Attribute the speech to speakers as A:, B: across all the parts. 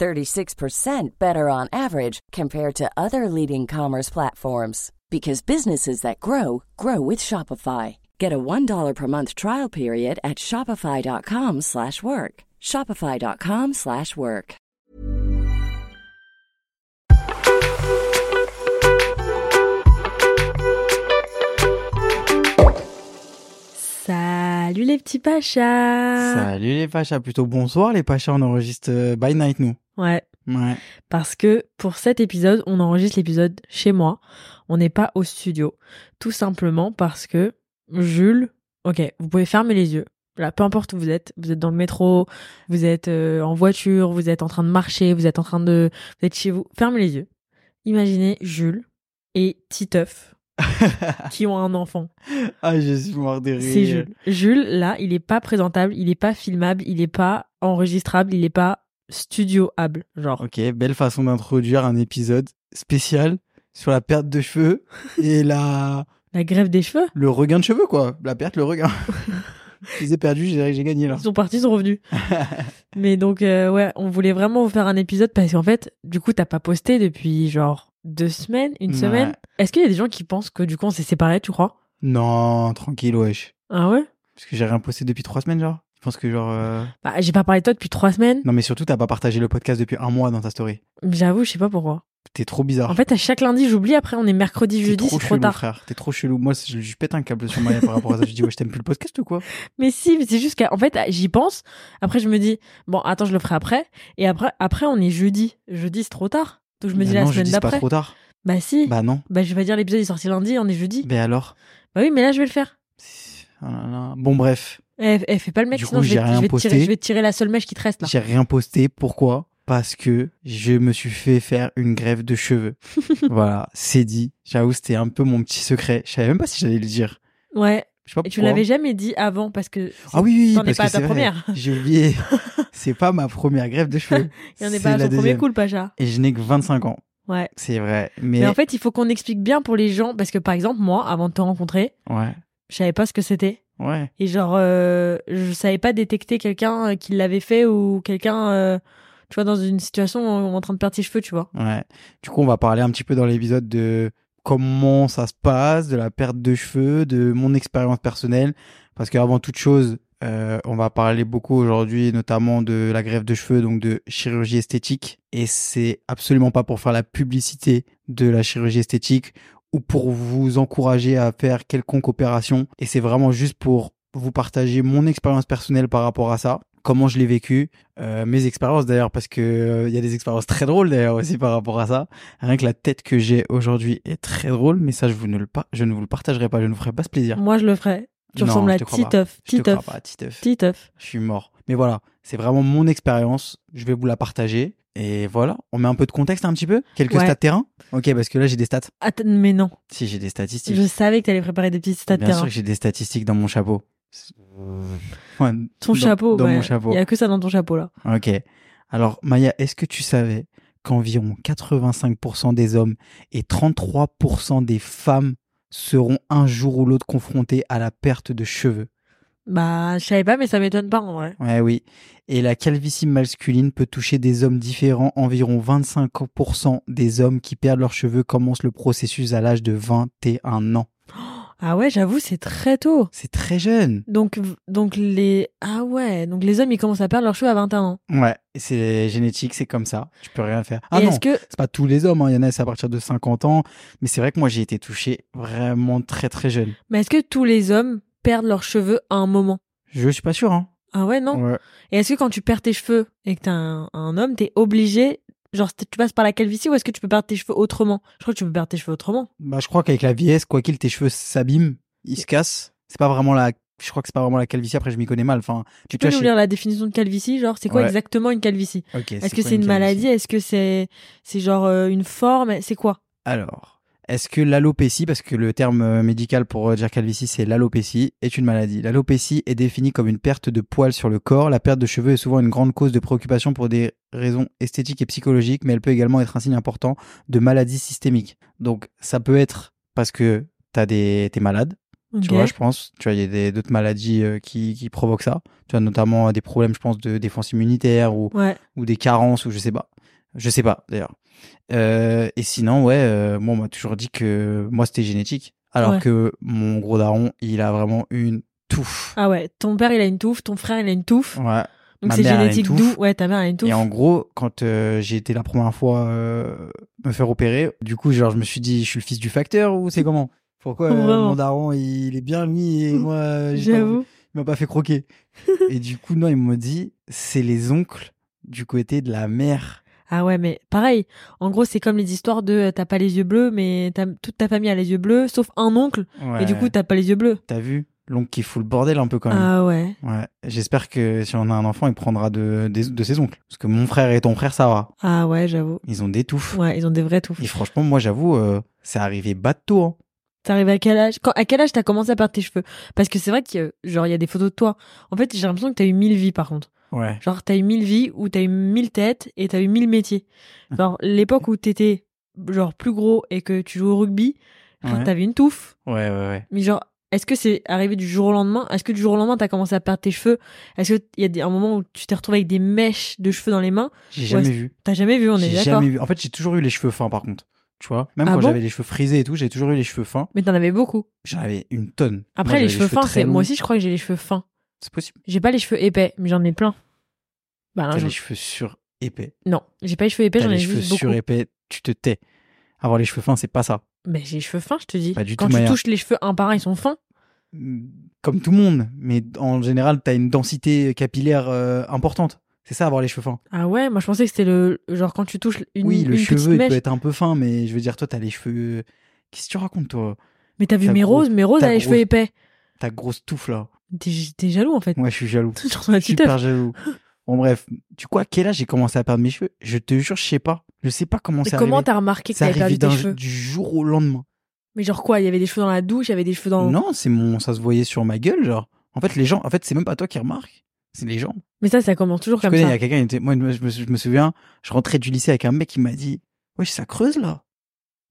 A: 36% better on average compared to other leading commerce platforms because businesses that grow grow with Shopify. Get a $1 per month trial period at shopify.com/work. slash work. shopify.com/work. slash work.
B: Salut les petits pachas
C: Salut les Pachas, plutôt bonsoir les Pachas, on enregistre euh, by night nous.
B: Ouais,
C: Ouais.
B: parce que pour cet épisode, on enregistre l'épisode chez moi. On n'est pas au studio. Tout simplement parce que Jules, ok, vous pouvez fermer les yeux. Là, peu importe où vous êtes, vous êtes dans le métro, vous êtes euh, en voiture, vous êtes en train de marcher, vous êtes en train de... Vous êtes chez vous, fermez les yeux. Imaginez Jules et Titeuf qui ont un enfant.
C: Ah, je suis mort de rire.
B: C'est Jules. Jules, là, il est pas présentable, il est pas filmable, il est pas enregistrable, il est pas studioable, genre.
C: Ok, belle façon d'introduire un épisode spécial sur la perte de cheveux et la
B: La grève des cheveux
C: le regain de cheveux quoi, la perte, le regain. Je les ai perdus, je dirais que j'ai gagné là.
B: Ils sont partis, ils sont revenus. Mais donc, euh, ouais, on voulait vraiment vous faire un épisode parce qu'en fait, du coup, t'as pas posté depuis genre deux semaines, une
C: Ouais.
B: semaine. Est-ce qu'il y a des gens qui pensent que du coup, on s'est séparés, tu crois
C: Non, tranquille wesh,
B: Ah ouais
C: parce que j'ai rien posté depuis trois semaines genre. Je pense que genre euh,
B: Bah, j'ai pas parlé de toi depuis trois semaines.
C: non mais surtout t'as pas partagé le podcast depuis un mois dans ta story.
B: J'avoue, je sais pas pourquoi.
C: T'es trop bizarre.
B: En fait, à chaque lundi, j'oublie. Après, on est mercredi,
C: T'es
B: jeudi, c'est trop
C: chelou,
B: tard.
C: frère. T'es trop chelou. Moi, je, je pète un câble sur Maya par rapport à ça. Je dis, ouais, je t'aime plus le podcast ou quoi
B: Mais si, mais c'est juste qu'en fait, j'y pense. Après, je me dis, bon, attends, je le ferai après. Et après, après on est jeudi. Jeudi, c'est trop tard. Donc, je me
C: Bah
B: dis la
C: non,
B: semaine
C: dis, c'est pas
B: d'après.
C: trop tard.
B: Bah, si. Bah,
C: Bah non.
B: je vais pas dire l'épisode est sorti lundi, on est jeudi.
C: Mais alors
B: Bah oui, mais là, je vais le faire.
C: Ah là là. Bon, bref.
B: Eh, eh, fais pas le mec,
C: Du
B: sinon
C: coup,
B: je, vais,
C: j'ai rien
B: je vais te tirer,
C: posté.
B: je vais te tirer la seule mèche qui te reste là.
C: J'ai rien posté. Pourquoi Parce que je me suis fait faire une grève de cheveux. voilà, c'est dit. J'avoue, c'était un peu mon petit secret. Je savais même pas si j'allais le dire.
B: Ouais.
C: Je sais pas
B: Et tu
C: pourquoi.
B: l'avais jamais dit avant parce que.
C: Ah oui, oui, oui,
B: T'en es
C: parce
B: pas
C: que
B: à ta
C: c'est vrai.
B: première.
C: J'ai oublié. c'est pas ma première grève de cheveux.
B: Il y en est
C: C'est
B: pas à
C: la
B: son premier
C: deuxième.
B: coup, le Pacha.
C: Et je n'ai que 25 ans.
B: Ouais.
C: C'est vrai. Mais,
B: Mais... en fait, il faut qu'on explique bien pour les gens parce que par exemple, moi, avant de te rencontrer,
C: ouais,
B: je savais pas ce que c'était.
C: ouais.
B: Et genre, euh, je savais pas détecter quelqu'un euh, qui l'avait fait ou quelqu'un, euh, tu vois, dans une situation où on est en train de perdre ses cheveux, tu vois.
C: Ouais. Du coup, on va parler un petit peu dans l'épisode de comment ça se passe, de la perte de cheveux, de mon expérience personnelle. Parce qu'avant toute chose, euh, on va parler beaucoup aujourd'hui, notamment de la grève de cheveux, donc de chirurgie esthétique. Et c'est absolument pas pour faire la publicité de la chirurgie esthétique ou pour vous encourager à faire quelconque opération. Et c'est vraiment juste pour vous partager mon expérience personnelle par rapport à ça, comment je l'ai vécu, euh, mes expériences d'ailleurs, parce que euh, il y a des expériences très drôles d'ailleurs aussi par rapport à ça. Rien que la tête que j'ai aujourd'hui est très drôle, mais ça je, vous ne le pas, je ne vous le partagerai pas, je ne vous ferai pas ce plaisir.
B: Moi, je le ferais. Tu
C: Non,
B: ressembles
C: je
B: à
C: te crois pas.
B: Titeuf.
C: Je te crois
B: Titeuf.
C: pas, Titeuf.
B: Titeuf.
C: Je suis mort. Mais voilà, c'est vraiment mon expérience. Je vais vous la partager. Et voilà, on met un peu de contexte un petit peu Quelques
B: Ouais.
C: stats terrain Ok, parce que là j'ai des stats.
B: Attends, mais non.
C: Si, j'ai des statistiques.
B: Je savais que t'allais préparer des petites stats de
C: Bien sûr
B: terrain.
C: que j'ai des statistiques dans mon chapeau. Ouais,
B: Ton
C: dans-
B: chapeau,
C: Dans
B: ouais.
C: mon chapeau.
B: Il y a que ça dans ton chapeau, là.
C: Ok. Alors, Maya, est-ce que tu savais qu'environ 85% des hommes et 33% des femmes seront un jour ou l'autre confrontés à la perte de cheveux
B: Bah, je savais pas, mais ça m'étonne pas, en vrai.
C: Ouais, oui. Et la calvitie masculine peut toucher des hommes différents. Environ 25% des hommes qui perdent leurs cheveux commencent le processus à l'âge de 21 ans.
B: Ah ouais, j'avoue, c'est très tôt.
C: C'est très jeune.
B: Donc, v- donc les, ah ouais, donc les hommes, ils commencent à perdre leurs cheveux à 21 ans.
C: Ouais, c'est génétique, c'est comme ça. Tu peux rien faire. Ah
B: Et
C: non,
B: est-ce que,
C: c'est pas tous les hommes, hein. il y en a c'est à partir de 50 ans, mais c'est vrai que moi j'ai été touché vraiment très très jeune.
B: mais est-ce que tous les hommes perdent leurs cheveux à un moment?
C: Je suis pas sûr hein.
B: Ah ouais, non?
C: Ouais.
B: Et est-ce que quand tu perds tes cheveux et que t'es un, un homme, t'es obligé, genre t- tu passes par la calvitie ou est-ce que tu peux perdre tes cheveux autrement Je crois que tu peux perdre tes cheveux autrement.
C: Bah je crois qu'avec la vieillesse quoi qu'il tes cheveux s'abîment, ils se cassent. C'est pas vraiment la je crois que c'est pas vraiment la calvitie après je m'y connais mal. Enfin, tu
B: Tu peux
C: vois, je-
B: nous lire la définition de calvitie Genre, c'est quoi
C: Ouais.
B: exactement une calvitie
C: OK.
B: Est-ce que c'est
C: quoi
B: une
C: calvitie
B: maladie Est-ce que c'est c'est genre euh, une forme C'est quoi
C: Alors, est-ce que l'alopécie, parce que le terme euh, médical pour euh, dire calvitie, c'est l'alopécie, est une maladie L'alopécie est définie comme une perte de poils sur le corps. La perte de cheveux est souvent une grande cause de préoccupation pour des raisons esthétiques et psychologiques, mais elle peut également être un signe important de maladie systémique. Donc, ça peut être parce que t'as des, t'es malade, tu
B: Ok.
C: vois, je pense. Tu vois, il y a des- d'autres maladies euh, qui, qui provoquent ça. Tu vois, notamment euh, des problèmes, je pense, de défense immunitaire ou,
B: Ouais.
C: ou des carences ou je sais pas. Je sais pas d'ailleurs. Euh, et sinon, ouais, euh, moi on m'a toujours dit que moi c'était génétique, alors
B: Ouais.
C: que mon gros daron, il a vraiment une touffe.
B: Ah ouais, ton père il a une touffe, ton frère il a une touffe.
C: Ouais.
B: Donc
C: ma
B: c'est
C: mère, elle a une
B: génétique d'où
C: touffe.
B: Ouais, ta mère elle a une touffe.
C: Et en gros, quand euh, j'ai été la première fois euh, me faire opérer, du coup, genre je me suis dit, je suis le fils du facteur ou c'est comment Pourquoi euh,
B: Vraiment.
C: mon daron, il est bien lui et moi, euh, j'ai pas-
B: J'avoue.
C: il m'a pas fait croquer. et du coup, non, il m'a dit, c'est les oncles du côté de la mère.
B: Ah ouais, mais pareil. En gros, c'est comme les histoires de euh, t'as pas les yeux bleus, mais t'as- toute ta famille a les yeux bleus, sauf un oncle, et du
C: Ouais.
B: coup t'as pas les yeux bleus.
C: T'as vu L'oncle qui fout le bordel un peu quand même.
B: Ah ouais.
C: Ouais. J'espère que si on a un enfant, il prendra de, des- de ses oncles. Parce que mon frère et ton frère, ça va.
B: Ah ouais, j'avoue.
C: Ils ont des touffes.
B: Ouais, ils ont des vrais touffes.
C: Et franchement, moi, j'avoue, euh, c'est arrivé bas de tôt. hein.
B: T'arrives à quel âge Quand, À quel âge t'as commencé à perdre tes cheveux Parce que c'est vrai que, euh, genre, il y a des photos de toi. En fait, j'ai l'impression que t'as eu mille vies, par contre.
C: Ouais.
B: Genre, t'as eu mille vies où t'as eu mille têtes et t'as eu mille métiers.
C: Mmh.
B: Genre, l'époque où t'étais, genre, plus gros et que tu jouais au rugby, genre,
C: Ouais.
B: t'avais une touffe.
C: Ouais, ouais, ouais.
B: Mais genre, est-ce que c'est arrivé du jour au lendemain Est-ce que du jour au lendemain, t'as commencé à perdre tes cheveux Est-ce qu'il y a des- un moment où tu t'es retrouvé avec des mèches de cheveux dans les mains
C: J'ai jamais
B: c'est-
C: vu.
B: T'as jamais vu, on est
C: J'ai
B: d'accord.
C: jamais vu. En fait, j'ai toujours eu les cheveux fins, par contre. Tu vois Même
B: Ah
C: quand
B: bon
C: j'avais les cheveux frisés et tout, j'ai toujours eu les cheveux fins.
B: Mais t'en avais beaucoup.
C: J'en avais une tonne.
B: Après,
C: Moi,
B: les
C: j'avais
B: cheveux fins,
C: très
B: c'est... Moi
C: longs.
B: aussi, je crois que j'ai les cheveux fins.
C: C'est possible.
B: J'ai pas les cheveux épais, mais j'en ai plein. Bah non,
C: T'as
B: j'en-
C: les cheveux sur épais.
B: non, j'ai pas les cheveux épais,
C: T'as
B: j'en ai
C: les cheveux
B: juste
C: sur
B: beaucoup.
C: épais. Tu te tais. Avoir les cheveux fins, c'est pas ça.
B: Mais j'ai les cheveux fins, je te dis.
C: Pas du
B: Quand
C: tout,
B: tu
C: Maya.
B: touches les cheveux un par un, ils sont fins.
C: mm, comme tout le monde, mais en général, t'as une densité capillaire euh, importante. C'est ça, avoir les cheveux fins.
B: Ah ouais, moi je pensais que c'était le genre quand tu touches une,
C: oui, le
B: une petite
C: cheveu, il
B: mèche.
C: peut être un peu fin, mais je veux dire, toi, t'as les cheveux. Qu'est-ce que tu racontes, toi
B: Mais t'as vu
C: ta
B: mes
C: grosse-
B: roses, mes roses
C: ta
B: a les cheveux
C: grosse-
B: épais.
C: Ta grosse touffe, là.
B: T'es t'es jaloux en fait.
C: Moi, je suis jaloux.
B: Genre, ma petite
C: Super jaloux. Bon, bref. Tu quoi, quel âge j'ai commencé à perdre mes cheveux Je te jure, je sais pas. Je sais pas comment
B: Mais
C: c'est
B: comment
C: arrivé.
B: t'as remarqué que
C: C'est
B: t'avais
C: arrivé
B: perdu tes
C: d'un-
B: cheveux
C: du jour au lendemain.
B: Mais genre quoi Il y avait des cheveux dans la douche, il y avait des cheveux dans.
C: Non, c'est mon, ça se voyait sur ma gueule, genre. En fait, les gens, en fait, c'est même pas toi qui remarques. C'est les gens.
B: Mais ça, ça commence toujours
C: Je
B: comme
C: connais, il y
B: ça.
C: a quelqu'un, il était- moi, je me, je me souviens, je rentrais du lycée avec un mec qui m'a dit Wesh, ça creuse là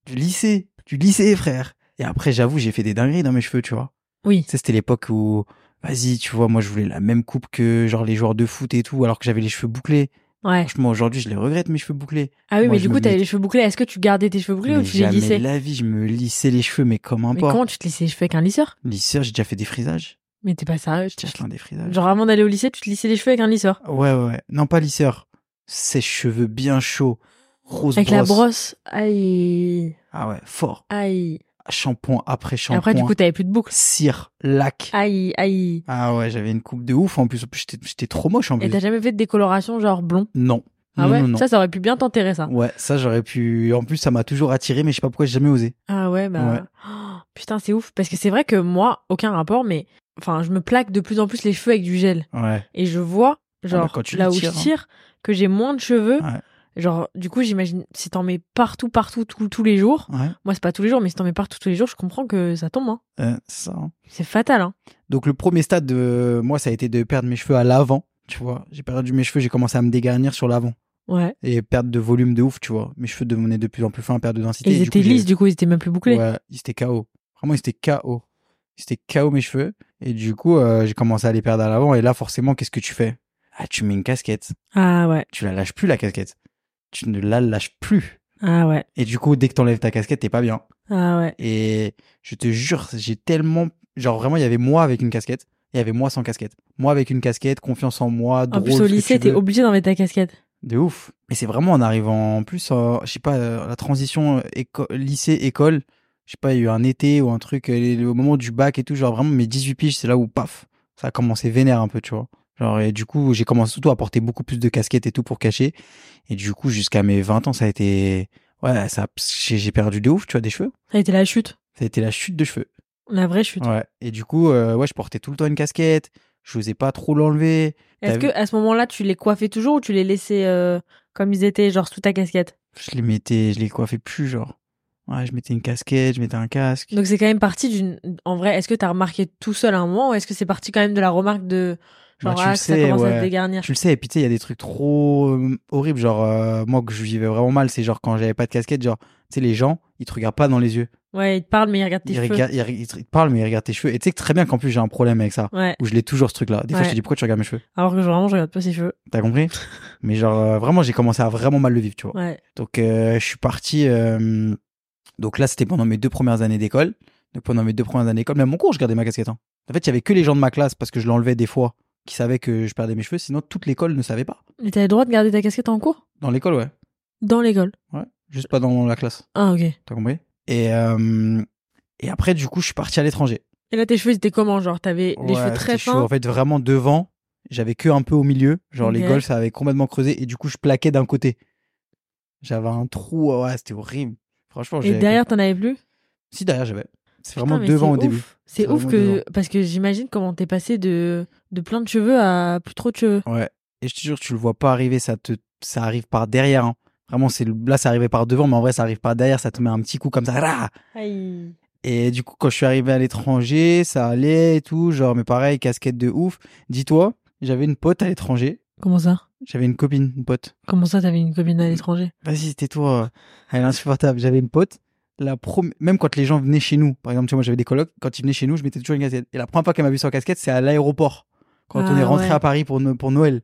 C: Du lycée Du lycée, frère Et après, j'avoue, j'ai fait des dingueries dans mes cheveux, tu vois.
B: Oui.
C: Tu sais, c'était l'époque où, vas-y, tu vois, moi, je voulais la même coupe que genre les joueurs de foot et tout, alors que j'avais les cheveux bouclés.
B: Ouais.
C: Franchement, aujourd'hui, je les regrette, mes cheveux bouclés.
B: Ah oui,
C: Moi,
B: mais
C: je
B: du
C: me
B: coup, t'avais
C: mettais-
B: les cheveux bouclés. Est-ce que tu gardais tes cheveux bouclés ou
C: mais
B: tu les
C: jamais
B: lissais
C: la vie, je me lissais les cheveux, mais comme un
B: Mais
C: porc.
B: comment tu te lissais les cheveux avec un lisseur
C: Lisseur, j'ai déjà fait des frisages.
B: Mais t'es pas sérieux.
C: J'ai déjà fait des frisages.
B: Genre avant d'aller au lycée, tu te lissais les cheveux avec un lisseur.
C: Ouais, ouais, ouais. Non, pas lisseur. Sèche cheveux bien chauds. Rose
B: Avec la brosse. Aïe.
C: Ah ouais, fort.
B: Aïe.
C: shampoing après
B: Et
C: shampoing.
B: après, du coup, t'avais plus de boucles.
C: cire, lac.
B: Aïe, aïe.
C: Ah ouais, j'avais une coupe de ouf. En plus, En plus, j'étais j'étais trop moche en
B: Et
C: plus.
B: t'as jamais fait de décoloration genre blond
C: Non.
B: Ah
C: non,
B: ouais
C: non, non.
B: Ça, ça aurait pu bien t'enterrer, ça.
C: Ouais, ça j'aurais pu. En plus, ça m'a toujours attiré, mais je sais pas pourquoi j'ai jamais osé.
B: Ah ouais, bah.
C: Ouais.
B: Oh, putain, c'est ouf. Parce que c'est vrai que moi, aucun rapport, mais. Enfin, je me plaque de plus en plus les cheveux avec du gel.
C: Ouais.
B: Et je vois, genre,
C: bah, quand tu
B: là
C: les
B: où
C: tires,
B: je
C: hein.
B: tire, que j'ai moins de cheveux.
C: Ouais.
B: Genre, du coup, j'imagine, si t'en mets partout, partout, tout- tous les jours.
C: Ouais.
B: Moi, c'est pas tous les jours, mais si t'en mets partout, tous les jours, je comprends que ça tombe. Hein.
C: Euh, ça. hein.
B: C'est fatal, hein.
C: Donc le premier stade de moi, ça a été de perdre mes cheveux à l'avant. Tu vois, j'ai perdu mes cheveux, j'ai commencé à me dégarnir sur l'avant
B: Ouais.
C: et perdre de volume de ouf. Tu vois, mes cheveux devenaient de plus en plus fins, perdre de densité.
B: Et
C: Et
B: ils
C: du
B: étaient
C: coup, j'ai-
B: lisses, du coup, ils étaient même plus bouclés.
C: Ouais, ils étaient KO. Vraiment, ils étaient KO. Ils étaient KO mes cheveux. Et du coup, euh, j'ai commencé à les perdre à l'avant. Et là, forcément, qu'est-ce que tu fais Ah, tu mets une casquette.
B: Ah ouais.
C: Tu la lâches plus, la casquette. Tu ne la lâches plus.
B: Ah ouais.
C: Et du coup, dès que t'enlèves ta casquette, t'es pas bien.
B: Ah ouais.
C: Et je te jure, j'ai tellement. Genre, vraiment, il y avait moi avec une casquette. Il y avait moi sans casquette. Moi avec une casquette, confiance en moi, drôle.
B: En plus,
C: ce
B: au
C: que tu
B: lycée, t'es
C: veux.
B: obligé d'en mettre ta casquette.
C: De ouf. Et c'est vraiment en arrivant en plus, euh, je sais pas, euh, la transition euh, éco- lycée-école, je sais pas, il y a eu un été ou un truc, euh, les- au moment du bac et tout, genre vraiment mes 18 piges, c'est là où paf, ça a commencé vénère un peu, tu vois. Genre, et du coup, j'ai commencé surtout à porter beaucoup plus de casquettes et tout pour cacher. Et du coup, jusqu'à mes 20 ans, ça a été. Ouais, ça, j'ai j'ai perdu de ouf, tu vois, des cheveux.
B: Ça a été la chute.
C: Ça a été la chute de cheveux.
B: La vraie chute.
C: Ouais. Et du coup, euh, ouais, je portais tout le temps une casquette. Je n'osais pas trop l'enlever.
B: Est-ce
C: T'as
B: que
C: vu
B: à ce moment-là, tu les coiffais toujours ou tu les laissais euh, comme ils étaient, genre sous ta casquette
C: Je les mettais, je les coiffais plus, genre. Ouais, je mettais une casquette, je mettais un casque.
B: Donc c'est quand même parti d'une. En vrai, est-ce que t'as remarqué tout seul à un moment ou est-ce que c'est parti quand même de la remarque de genre
C: Bah, tu
B: ah,
C: le
B: ça
C: sais,
B: commence à
C: ouais.
B: te dégarnir
C: Tu le sais, et puis tu sais, il y a des trucs trop euh, horribles. Genre, euh, moi, que je vivais vraiment mal, c'est genre quand j'avais pas de casquette, genre, tu sais, les gens, ils te regardent pas dans les yeux.
B: Ouais, il te parle mais il regarde tes
C: Ils,
B: cheveux.
C: regardent, ils, ils te ils te parlent, mais ils regardent tes cheveux. Et tu sais que très bien qu'en plus, j'ai un problème avec ça.
B: Ouais.
C: Où je l'ai toujours ce truc-là. Des fois,
B: Ouais.
C: je te dis, pourquoi tu regardes mes cheveux
B: Alors que vraiment, je regarde pas ses cheveux.
C: T'as compris Mais genre, euh, vraiment, j'ai commencé à vraiment mal le vivre, tu vois.
B: Ouais.
C: Donc, euh, je suis parti. euh, donc là, c'était pendant mes deux premières années d'école. Donc, pendant mes deux premières années d'école, même mon cours, je gardais ma casquette. hein. En fait, il y avait que les gens de ma classe parce que je l'enlevais des fois qui savaient que je perdais mes cheveux. Sinon, toute l'école ne savait pas.
B: Mais t'avais le droit de garder ta casquette en cours
C: Dans l'école, ouais.
B: Dans l'école.
C: Ouais. Juste pas dans la classe.
B: Ah, ok.
C: T'as compris Et, euh, et après, du coup, je suis parti à l'étranger.
B: Et là, tes cheveux, ils étaient comment Genre, t'avais les
C: Ouais,
B: cheveux très
C: c'était chaud.
B: fins.
C: En fait, vraiment devant. J'avais que un peu au milieu. Genre, les
B: Ok.
C: golfs, ça avait complètement creusé. Et du coup, je plaquais d'un côté. J'avais un trou. Ouais, c'était horrible. Franchement,
B: Et
C: j'avais-
B: derrière, t'en avais plus
C: Si, derrière, j'avais. C'est
B: Putain,
C: vraiment
B: mais
C: devant
B: c'est
C: au
B: ouf.
C: début.
B: C'est
C: C'est
B: ouf
C: vraiment
B: que.
C: devant.
B: Parce que j'imagine comment t'es passé de... de plein de cheveux à plus trop de cheveux.
C: Ouais. Et je te jure, tu le vois pas arriver, ça te, ça arrive par derrière. hein. Vraiment, c'est le- là, ça arrivait par devant, mais en vrai, ça arrive par derrière, ça te met un petit coup comme ça. Rah
B: Aïe.
C: Et du coup, quand je suis arrivé à l'étranger, ça allait et tout, genre, mais pareil, casquette de ouf. Dis-toi, j'avais une pote à l'étranger.
B: Comment ça
C: J'avais une copine, une pote.
B: Comment ça, t'avais une copine à l'étranger
C: Vas-y, tais-toi. Elle est insupportable. J'avais une pote. La prom- Même quand les gens venaient chez nous, par exemple, tu vois, moi j'avais des colocs, quand ils venaient chez nous, je mettais toujours une casquette. Et la première fois qu'elle m'a vu sans casquette, c'est à l'aéroport. Quand on
B: Ah,
C: est rentré
B: ouais.
C: à Paris pour, no- pour Noël.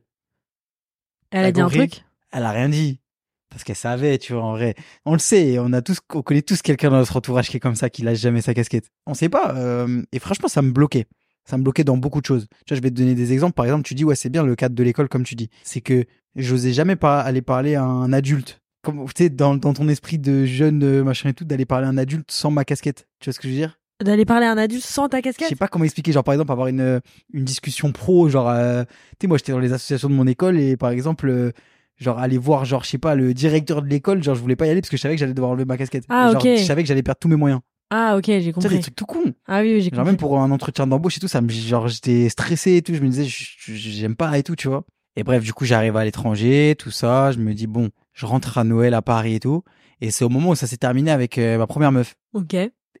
B: Elle a
C: La
B: dit un
C: gorille.
B: truc
C: elle a rien dit. Parce qu'elle savait, tu vois, en vrai. On le sait, on a tous, on connaît tous quelqu'un dans notre entourage qui est comme ça, qui lâche jamais sa casquette. On sait pas. euh, et franchement, ça me bloquait. Ça me bloquait dans beaucoup de choses. Tu vois, je vais te donner des exemples. Par exemple, tu dis, ouais, c'est bien le cadre de l'école, comme tu dis. C'est que j'osais jamais pas aller parler à un adulte. Comme, tu sais, dans, dans ton esprit de jeune, euh, machin et tout, d'aller parler à un adulte sans ma casquette. Tu vois ce que je veux dire?
B: D'aller parler à un adulte sans ta
C: Je sais
B: casquette
C: pas comment expliquer, genre par exemple avoir une, euh, une discussion pro, genre, euh, tu sais, moi j'étais dans les associations de mon école et par exemple, euh, genre aller voir, genre, je sais pas, le directeur de l'école, genre je voulais pas y aller parce que je savais que j'allais devoir enlever ma casquette.
B: Ah,
C: Et genre,
B: ok.
C: Je savais que j'allais perdre tous mes moyens.
B: Ah, ok, j'ai
C: Tu sais, des
B: compris.
C: trucs tout con.
B: Ah oui, oui, j'ai
C: Genre
B: compris.
C: même pour un entretien d'embauche et tout, ça me, genre j'étais stressé et tout, je me disais, je- je- j'aime pas et tout, tu vois. Et bref, du coup, j'arrive à l'étranger, tout ça, je me dis, bon, je rentre à Noël à Paris et tout. Et c'est au moment où ça s'est terminé avec euh, ma première meuf.
B: Ok.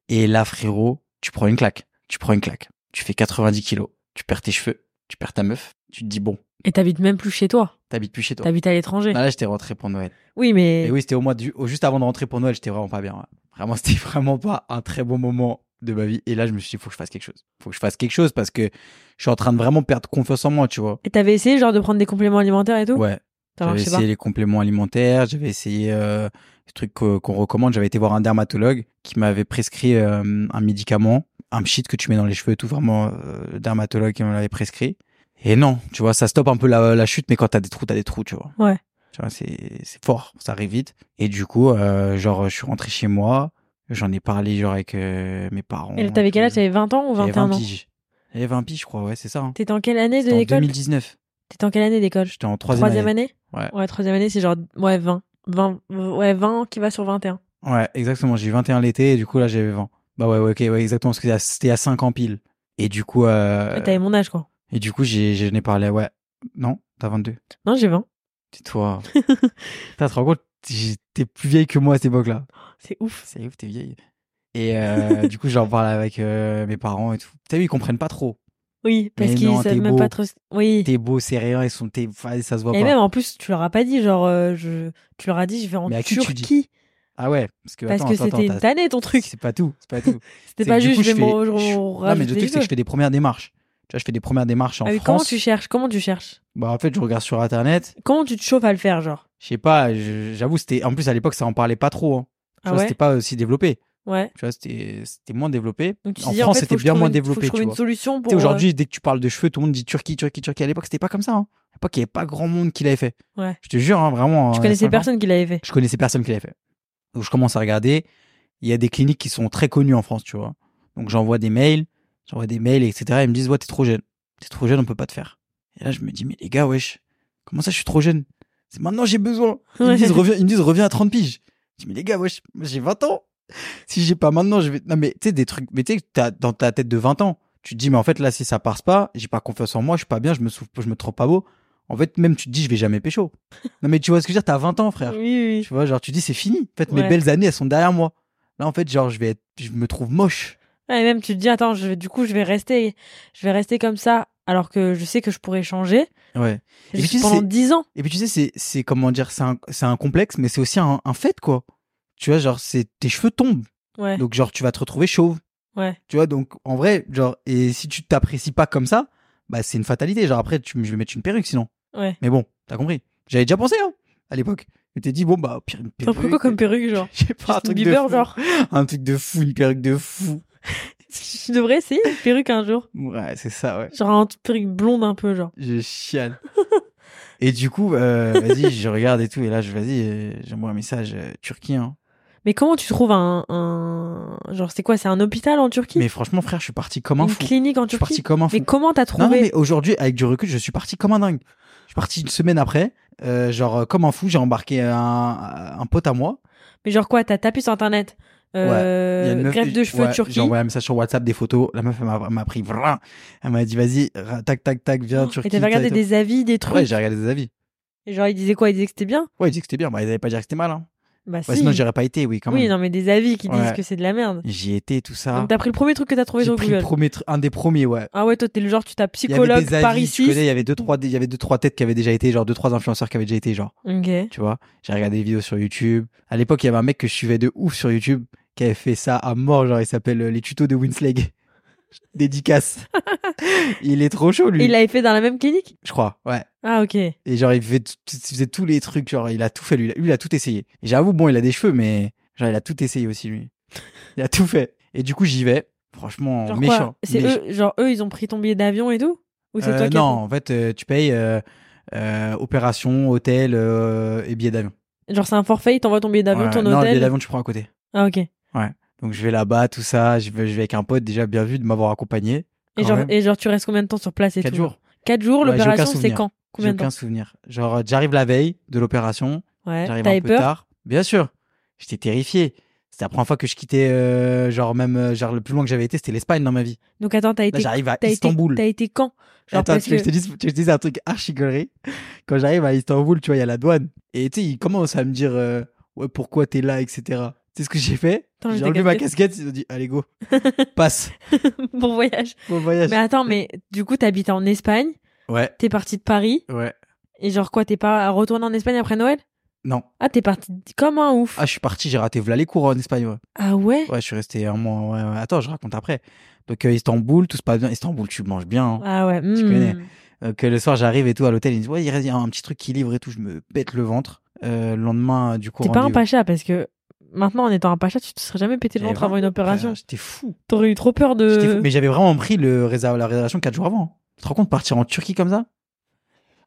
C: Et là, frérot, tu prends une claque. Tu prends une claque. Tu fais 90 kilos. Tu perds tes cheveux. Tu perds ta meuf. Tu te dis, bon,
B: Et t'habites même plus chez toi.
C: t'habites plus chez toi.
B: T'habites à l'étranger.
C: Ah, là, j'étais rentré pour Noël.
B: Oui, mais.
C: Et oui, c'était au mois du, au- juste avant de rentrer pour Noël, j'étais vraiment pas bien. ouais. Vraiment, c'était vraiment pas un très bon moment de ma vie. Et là, je me suis dit, faut que je fasse quelque chose. Faut que je fasse quelque chose parce que je suis en train de vraiment perdre confiance en moi, tu vois.
B: Et t'avais essayé genre de prendre des compléments alimentaires et tout
C: Ouais.
B: Ça
C: J'avais
B: marchait pas.
C: essayé les compléments alimentaires, j'avais essayé euh, les trucs qu'o- qu'on recommande. J'avais été voir un dermatologue qui m'avait prescrit euh, un médicament, un pchit que tu mets dans les cheveux, et tout vraiment. euh, le dermatologue qui me l'avait prescrit. Et non, tu vois, ça stoppe un peu la, la chute, mais quand t'as des trous, t'as des trous, tu vois.
B: Ouais.
C: Tu vois, c'est c'est fort, ça arrive vite. Et du coup, euh, genre, je suis rentré chez moi, j'en ai parlé genre avec euh, mes parents.
B: Et t'avais quel âge T'avais 20 ans ou
C: J'avais
B: 21 ans
C: piges. J'avais 20 piges, je crois, ouais, c'est ça. hein.
B: T'étais en quelle année de
C: C'était en
B: l'école
C: 2019.
B: T'étais en quelle année d'école
C: J'étais en troisième,
B: Troisième
C: année.
B: année
C: Ouais.
B: Ouais, troisième année, c'est genre ouais 20. 20 ouais 20 qui va sur 21.
C: Ouais, exactement. J'ai eu 21 l'été et du coup, là, j'avais 20. Bah ouais, ouais, ok, ouais, exactement. Parce que c'était à- c'était à 5 ans pile. Et du coup, euh,
B: Ouais, T'avais mon âge quoi.
C: et du coup, j'ai, j'en ai parlé, ouais. Non, t'as 22.
B: Non, j'ai 20.
C: Dis-toi. Putain, tu te rends compte, j'ai- t'es plus vieille que moi à cette époque-là.
B: C'est ouf.
C: C'est ouf, t'es vieille. Et euh, du coup, j'en parle avec euh, mes parents et tout. T'as vu, ils comprennent pas trop.
B: Oui, parce
C: Mais
B: qu'ils
C: non,
B: savent
C: t'es
B: même
C: beau.
B: pas trop. Oui.
C: T'es beau, c'est rien, ils sont, t'es, enfin, ça se voit
B: Et
C: pas.
B: même en plus, tu leur as pas dit genre euh, je tu leur as dit je vais en
C: Mais à qui tu dis
B: Turquie
C: Ah ouais, parce que,
B: parce
C: attends,
B: que
C: attends,
B: c'était
C: attends,
B: une
C: t'as-
B: tannée ton truc.
C: C'est pas tout, c'est pas tout.
B: C'était
C: C'est
B: pas
C: que du
B: juste
C: coup,
B: je vais
C: fais-
B: me je-
C: je- Non, mais
B: rajouter des
C: le truc, c'est que
B: cheveux.
C: je fais des premières démarches. Tu vois, je fais des premières démarches en
B: Ah oui,
C: France.
B: comment tu cherches Comment tu cherches
C: Bah, en fait, je regarde sur Internet.
B: Comment tu te chauffes à le faire genre
C: Je sais pas, je- j'avoue, c'était. En plus, à l'époque, ça en parlait pas trop. hein. Tu
B: Ah
C: vois,
B: ouais.
C: c'était pas aussi développé.
B: Ouais.
C: Tu vois, c'était c'était moins développé.
B: Donc tu
C: en
B: dis,
C: France,
B: fait, faut
C: c'était
B: que je
C: bien
B: trouve
C: moins
B: une- Faut que je
C: développé,
B: trouve
C: tu
B: une
C: vois.
B: solution
C: Tu
B: pour. euh,
C: sais, Aujourd'hui, dès que tu parles de cheveux, tout le monde dit Turquie, Turquie, Turquie. À l'époque, c'était pas comme ça. hein. À l'époque, il y avait pas grand monde qui l'avait fait.
B: Ouais.
C: Je te jure, hein, vraiment.
B: euh, tu
C: euh,
B: connaissais
C: cinq ans.
B: personne qui l'avait fait.
C: Je connaissais personne qui l'avait fait. Donc, je commence à regarder. Il y a des cliniques qui sont très connues en France, tu vois. Donc, j'envoie des mails, j'envoie des mails, etc. Ils me disent, ouais, t'es trop jeune. T'es trop jeune, on peut pas te faire. Et là, je me dis, mais les gars, wesh, comment ça, je suis trop jeune? C'est maintenant, j'ai besoin. Ils me
B: Ouais.
C: disent, reviens, ils me disent, reviens à 30 piges. Je dis, mais les gars, wesh, moi, j'ai 20 ans. Si j'ai pas maintenant, je vais, non, mais tu sais, des trucs, mais tu sais, t'as- dans ta tête de 20 ans, tu te dis, mais en fait, là, si ça passe pas, j'ai pas confiance en moi, je suis pas bien, je me souffre, je me trouve pas beau. En fait, même, tu te dis, je vais jamais pécho. Non, mais tu vois ce que je veux dire, t'as 20 ans, frère.
B: Oui, oui.
C: Tu vois, genre, tu dis, c'est fini. En fait, mes
B: Ouais.
C: belles années, elles sont derrière moi. Là, en fait, genre, je vais être, je me trouve moche.
B: Ouais, Ah, et même tu te dis attends, je vais- du coup je vais rester, je vais rester comme ça alors que je sais que je pourrais changer
C: Ouais. Et
B: juste
C: puis, tu sais,
B: pendant
C: c'est-
B: 10 ans.
C: Et puis, tu sais, c'est, c'est comment dire, c'est un, c'est un complexe, mais c'est aussi un, un fait, quoi. Tu vois, genre, c'est, tes cheveux tombent.
B: Ouais.
C: Donc, genre, tu vas te retrouver chauve.
B: Ouais.
C: Tu vois, donc, en vrai, genre, et si tu t'apprécies pas comme ça, bah, c'est une fatalité. Genre, après, tu, je vais mettre une perruque sinon.
B: Ouais.
C: Mais bon, t'as compris. J'avais déjà pensé, hein, à l'époque. Je t'ai dit, bon, bah, pire, une
B: T'as
C: perruque.
B: pris quoi comme perruque genre
C: Je sais pas, un
B: Justin
C: truc
B: Bieber
C: de fou.
B: genre.
C: Un truc de fou, une perruque de fou.
B: Tu devrais essayer une perruque un jour.
C: Ouais, c'est ça, ouais.
B: Genre une perruque blonde un peu genre.
C: Je chiale. et du coup, euh, vas-y, je regarde et tout. Et là, je vas-y, euh, j'envoie un message euh, Turquie. Hein.
B: Mais comment tu trouves un, un... genre c'est quoi c'est un hôpital en Turquie
C: Mais franchement, frère, je suis parti comme un
B: Une
C: fou.
B: clinique en
C: Je suis
B: Turquie
C: parti comme un fou.
B: Mais comment t'as trouvé
C: Non, non, mais aujourd'hui, avec du recul, je suis parti comme un dingue. Je suis parti une semaine après, euh, genre euh, comme un fou, j'ai embarqué un, un pote à moi.
B: Mais genre quoi T'as tapé sur internet
C: Il y a
B: euh,
C: une meuf-
B: greffe de cheveux
C: ouais,
B: Turquie.
C: J'ai envoyé un message sur WhatsApp, des photos. La meuf, elle m'a- m'a pris. vrin. Elle m'a dit, vas-y, ra- tac, tac, tac, viens,
B: Oh,
C: Turquie.
B: et t'avais regardé
C: tac,
B: des avis, des
C: tac.
B: trucs.
C: Ouais, j'ai regardé des avis.
B: Et genre ils disaient quoi Ils disaient que c'était bien
C: Ouais, ils disaient que c'était bien. Bah, ils n'avaient pas dit que c'était mal. Hein.
B: Bah
C: Ouais,
B: si.
C: Sinon, j'aurais pas été, oui, quand
B: oui,
C: même.
B: non mais des avis qui disent
C: Ouais.
B: que c'est de la merde.
C: J'y étais, tout ça.
B: Donc t'as pris le premier truc que t'as trouvé
C: J'ai
B: sur
C: pris le
B: Google.
C: premier tr- un des premiers, ouais.
B: Ah ouais, toi t'es le genre tu tapes
C: Il y avait
B: psychologue
C: des avis,
B: Paris
C: tu connais,
B: 6.
C: il y avait deux trois, il y avait deux trois têtes qui avaient déjà été, genre deux trois influenceurs qui avaient déjà été, genre.
B: Ok.
C: Tu vois, j'ai regardé des vidéos sur YouTube. À l'époque, il y avait un mec que je suivais de ouf sur YouTube qui avait fait ça à mort, genre il s'appelle euh, les tutos de Winsleg. Dédicace. il est trop chaud lui,
B: Et il l'avait fait dans la même clinique
C: je crois. Ouais.
B: Ah ok.
C: Et genre il, fait, t- il faisait tous les trucs, genre il a tout fait lui, lui il a tout essayé. Et j'avoue bon, il a des cheveux mais genre il a tout essayé aussi lui. Il a tout fait. Et du coup, j'y vais. Franchement,
B: Genre
C: méchant.
B: quoi C'est
C: méchant.
B: eux, genre eux ils ont pris ton billet d'avion et tout Ou c'est
C: Euh,
B: toi qui as
C: non, en fait, euh, tu payes euh, euh, opération, hôtel euh, et billet d'avion.
B: fait Genre c'est un forfait, ils t'envoient ton billet d'avion,
C: Ouais,
B: ton
C: Non, le billet
B: hôtel.
C: d'avion, tu prends à côté.
B: Ah ok. Et
C: Donc je vais là-bas, tout ça. Je vais, je vais avec un pote, déjà bien vu de m'avoir accompagné. Quand
B: genre,
C: même.
B: et genre tu restes combien de temps sur place et
C: Quatre
B: tout
C: jours.
B: 4 jours,
C: Ouais, j'ai aucun
B: l'opération c'est
C: souvenir.
B: quand
C: J'ai
B: Combien de temps
C: aucun souvenir. Genre, euh, j'arrive la veille de l'opération.
B: Ouais,
C: j'arrive
B: t'avais
C: un peu
B: peur
C: tard. Bien sûr. J'étais terrifié. C'était la première fois que je quittais, euh, genre même, euh, genre le plus loin que j'avais été, c'était l'Espagne dans ma vie.
B: Donc attends, t'as
C: Là,
B: été,
C: j'arrive à
B: t'as été,
C: Istanbul.
B: t'as été quand Genre
C: Attends,
B: parce
C: tu veux que je te
B: que-
C: dise, tu veux que je te dise un truc archi gaulerie Quand j'arrive à Istanbul, tu vois, il y a la douane. Et tu sais, ils commencent à me dire euh, Ouais, pourquoi t'es là, etc. Tu sais ce que j'ai fait
B: Attends,
C: J'ai
B: j'ai
C: enlevé ma
B: gagné.
C: casquette, ils ont dit Allez, go, passe,
B: bon voyage.
C: bon voyage.
B: Mais attends, mais du coup, t'habites en Espagne,
C: Ouais,
B: t'es parti de Paris,
C: ouais,
B: et genre quoi, t'es pas retourné en Espagne après Noël
C: non.
B: Ah, t'es parti comme un ouf.
C: Ah, je suis parti, j'ai raté Vla les cours en Espagne, ouais.
B: Ah ouais
C: Ouais, je suis resté un mois, ouais, ouais. Attends, je raconte après. Donc, euh, Istanbul, tout se passe bien. Istanbul, tu manges bien. hein.
B: Ah ouais. hmm.
C: connais. Euh, que le soir, j'arrive et tout à l'hôtel, ils disent Ouais, il reste- il y a un petit truc qui livre et tout, je me pète le ventre. Euh, le lendemain, euh, du coup,
B: T'es pas un
C: rendez-vous.
B: pacha parce que maintenant, en étant un pacha, tu te serais jamais pété le
C: J'avais
B: ventre avant une
C: vraiment peur,
B: opération.
C: Ah, J'étais fou.
B: T'aurais eu trop peur
C: J'étais fou.
B: de.
C: Mais j'avais vraiment pris le réserv- la réservation 4 jours avant. hein. Tu te rends compte, partir en Turquie comme ça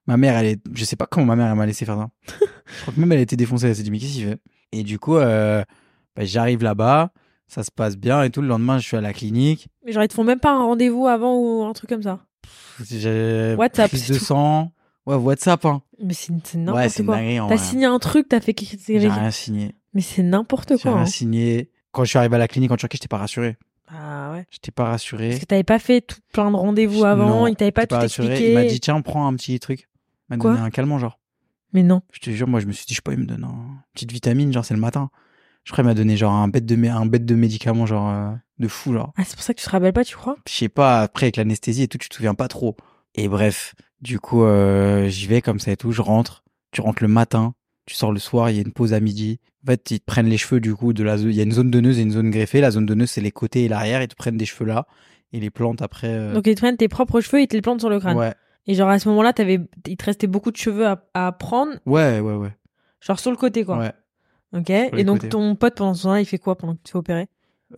C: Ma mère, elle est. Je sais pas comment ma mère, elle m'a laissé faire ça. je crois que même elle était défoncée, elle s'est dit, mais qu'est-ce qu'il fait Et du coup, euh, bah, j'arrive là-bas, ça se passe bien et tout. Le lendemain, je suis à la clinique.
B: Mais genre, ils te font même pas un rendez-vous avant ou un truc comme ça.
C: J'ai
B: WhatsApp,
C: prise
B: c'est
C: de
B: tout.
C: sang. Ouais, WhatsApp, hein.
B: Mais c'est c'est
C: Ouais,
B: n'importe
C: c'est une
B: quoi.
C: dinguerie en
B: T'as
C: vrai.
B: signé un truc, t'as fait. quelque-
C: J'ai rien signé.
B: Mais c'est n'importe
C: J'ai
B: quoi.
C: rien
B: hein.
C: signé. Quand je suis arrivé à la clinique en Turquie, j'étais pas rassuré.
B: Ah ouais.
C: J'étais pas rassuré.
B: Parce que t'avais pas fait tout plein de rendez-vous
C: Je-
B: avant,
C: non,
B: il t'avait pas
C: j'étais
B: tout
C: rassuré. Il m'a
B: expliqué.
C: dit, tiens, prends un petit truc. Il m'a
B: Quoi
C: donné un calmant, genre.
B: Mais non.
C: Je te jure, moi, je me suis dit, je sais pas, il me donne un- une petite vitamine, genre, c'est le matin. Je crois qu'il m'a donné, genre, un bête de, mé- un bête de médicament, genre, euh, de fou, genre.
B: Ah, c'est pour ça que tu te rappelles pas, tu crois
C: Je sais pas, après, avec l'anesthésie et tout, tu te souviens pas trop. Et bref, du coup, euh, j'y vais comme ça et tout, je rentre. Tu rentres le matin, tu sors le soir, il y a une pause à midi. En fait, ils te prennent les cheveux, du coup, de la zo- il y a une zone donneuse et une zone greffée. La zone donneuse, c'est les côtés et l'arrière, ils te prennent des cheveux là, et les plantes après. euh,
B: Donc ils te prennent tes propres cheveux et ils te les plantent sur le crâne.
C: ouais.
B: Et genre à ce moment-là, t'avais, il te restait beaucoup de cheveux à, à prendre,
C: ouais, ouais, ouais,
B: genre sur le côté quoi.
C: ouais.
B: Ok.
C: les
B: Et donc
C: côtés.
B: ton pote pendant ce temps-là, il fait quoi pendant que tu fais opérer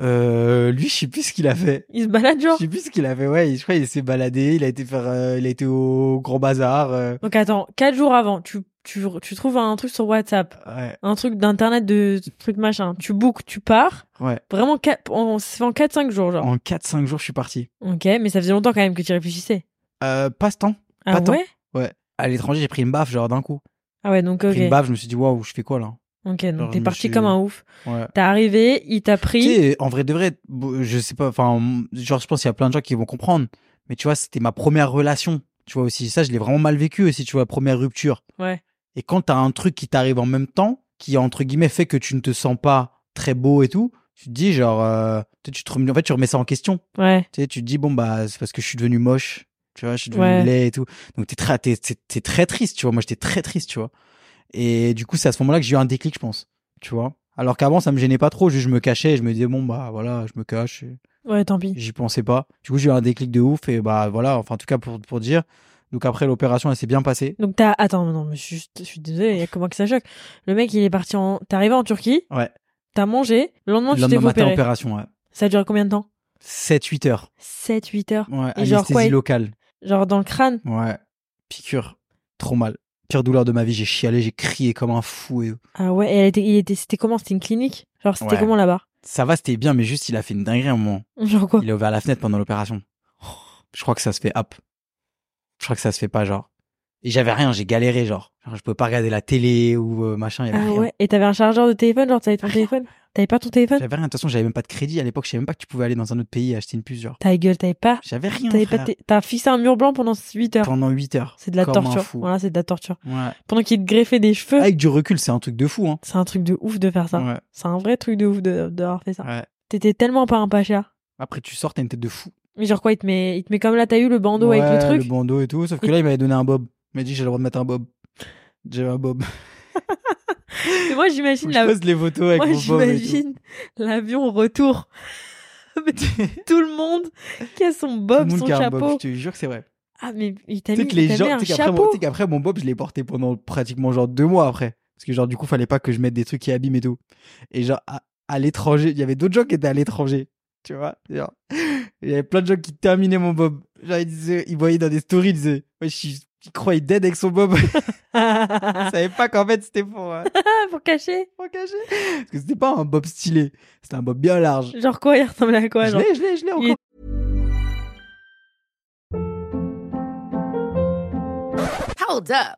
C: Euh, lui, je sais plus ce qu'il a fait.
B: Il se balade
C: Je
B: genre.
C: sais plus ce qu'il avait, ouais, je crois qu'il s'est baladé, il a été faire, euh, il a été au grand bazar, euh,
B: Donc attends, quatre jours avant, tu tu tu trouves un truc sur WhatsApp,
C: ouais,
B: un truc d'internet de truc machin. Tu bookes, tu pars.
C: ouais.
B: Vraiment quatre, on s'est fait en 4-5 jours genre.
C: En 4-5 jours, je suis parti.
B: Ok, mais ça faisait longtemps quand même que tu y réfléchissais.
C: Euh, pas ce temps.
B: Ah
C: Pas tant.
B: ouais.
C: À l'étranger, j'ai pris une baffe, genre d'un coup.
B: Ah ouais, donc
C: J'ai pris
B: ok.
C: une baffe, je me suis dit, waouh, je fais quoi là?
B: Ok,
C: Genre,
B: donc
C: je
B: t'es
C: me
B: parti
C: suis-
B: comme un ouf.
C: Ouais.
B: T'es arrivé, il t'a pris.
C: Tu sais, en vrai de vrai, bon, je sais pas, enfin, genre, je pense qu'il y a plein de gens qui vont comprendre, mais tu vois, c'était ma première relation. Tu vois aussi, ça, je l'ai vraiment mal vécu aussi, tu vois, première rupture.
B: Ouais.
C: Et quand t'as un truc qui t'arrive en même temps, qui, entre guillemets, fait que tu ne te sens pas très beau et tout, tu te dis genre euh, tu, sais, tu te remets, en fait tu remets ça en question
B: Ouais.
C: tu sais tu te dis bon bah c'est parce que je suis devenu moche tu vois je suis devenu
B: Ouais.
C: laid et tout donc t'es très t'es, t'es- t'es très triste tu vois moi j'étais très triste tu vois et du coup c'est à ce moment-là que j'ai eu un déclic je pense tu vois alors qu'avant ça me gênait pas trop juste je me cachais je me disais bon bah voilà je me cache
B: Ouais, tant pis.
C: J'y pensais pas. Du coup, j'ai eu un déclic de ouf et bah voilà, enfin en tout cas pour, pour dire. Donc après l'opération, elle s'est bien passée.
B: Donc t'as attends non mais je suis, je suis désolée, il y a comment que ça choque. Le mec il est parti en t'es arrivé en Turquie,
C: Ouais.
B: t'as mangé, le lendemain
C: le
B: tu t'es
C: lendemain
B: fait
C: matin,
B: opérer.
C: opération, ouais.
B: Ça dure combien de temps
C: 7-8 heures.
B: 7 8 heures.
C: Ouais,
B: Et genre
C: anesthésie
B: quoi, il-
C: locale.
B: Genre dans le crâne.
C: Ouais. Piqûre. Trop mal. Pire douleur de ma vie, j'ai chialé, j'ai crié comme un fou. Et...
B: Ah ouais, et elle était il était c'était comment C'était une clinique Genre c'était
C: Ouais.
B: comment là-bas
C: Ça va, c'était bien, mais juste il a fait une dinguerie à un moment.
B: Genre quoi
C: Il a ouvert la fenêtre pendant l'opération.
B: Oh.
C: Je crois que ça se fait hop. Je crois que ça se fait pas, genre. Et j'avais rien, j'ai galéré, genre. Genre, je pouvais pas regarder la télé ou euh, machin, il y avait
B: Ah
C: rien.
B: ouais, et t'avais un chargeur de téléphone, genre t'avais ton téléphone T'avais pas ton téléphone
C: J'avais rien. De toute façon, j'avais même pas de crédit à l'époque. Je savais même pas que tu pouvais aller dans un autre pays et acheter une puce, genre.
B: Ta gueule, t'avais pas
C: J'avais rien.
B: t'avais pas
C: frère,
B: tes- t'as fixé un mur blanc pendant 8 heures.
C: Pendant 8 heures.
B: C'est de la
C: Comme un
B: torture.
C: fou.
B: Voilà, c'est de la torture.
C: Ouais.
B: Pendant qu'il te greffait des cheveux,
C: Avec du recul, c'est un truc de fou, hein.
B: c'est un truc de ouf de faire ça.
C: Ouais,
B: C'est un vrai truc de ouf de- d'avoir fait ça.
C: ouais.
B: T'étais tellement pas un pacha.
C: Après, tu sors, t'as une tête de fou.
B: Mais genre quoi, il te met, il te met comme là, t'as eu le bandeau
C: Ouais,
B: avec le truc.
C: bandeau et tout. Sauf que là, il m'avait donné un bob. Il m'a dit, j'ai le droit de mettre un bob. J'ai un bob.
B: Mais moi, j'imagine
C: Faut que
B: la...
C: Je pose les photos avec
B: moi,
C: mon bob. et tout.
B: j'imagine l'avion au retour. Mais tout le monde qui a son
C: Tout le
B: bob,
C: monde
B: son
C: qui a un bob,
B: chapeau.
C: Je te jure que c'est vrai.
B: Ah, mais il t'a
C: Tu sais
B: mis,
C: que les
B: il t'a mis
C: gens,
B: un
C: tu sais qu'après mon,
B: chapeau.
C: tu sais qu'après, mon bob, je l'ai porté pendant pratiquement genre deux mois après. Parce que genre, du coup, fallait pas que je mette des trucs qui abîment et tout. Et genre, à, à l'étranger, il y avait d'autres gens qui étaient à l'étranger. Tu vois, genre, il y avait plein de gens qui terminaient mon bob. Genre, ils disaient, ils voyaient dans des stories, ils disaient, ouais, je suis, ils croyaient dead avec son bob. ils savaient pas qu'en fait, c'était pour, euh,
B: Ah, Pour cacher.
C: pour cacher. Parce que c'était pas un bob stylé. C'était un bob bien large.
B: Genre quoi, il ressemblait à quoi
C: je
B: genre
C: l'ai, je l'ai, je l'ai encore.
B: est-
D: Hold up.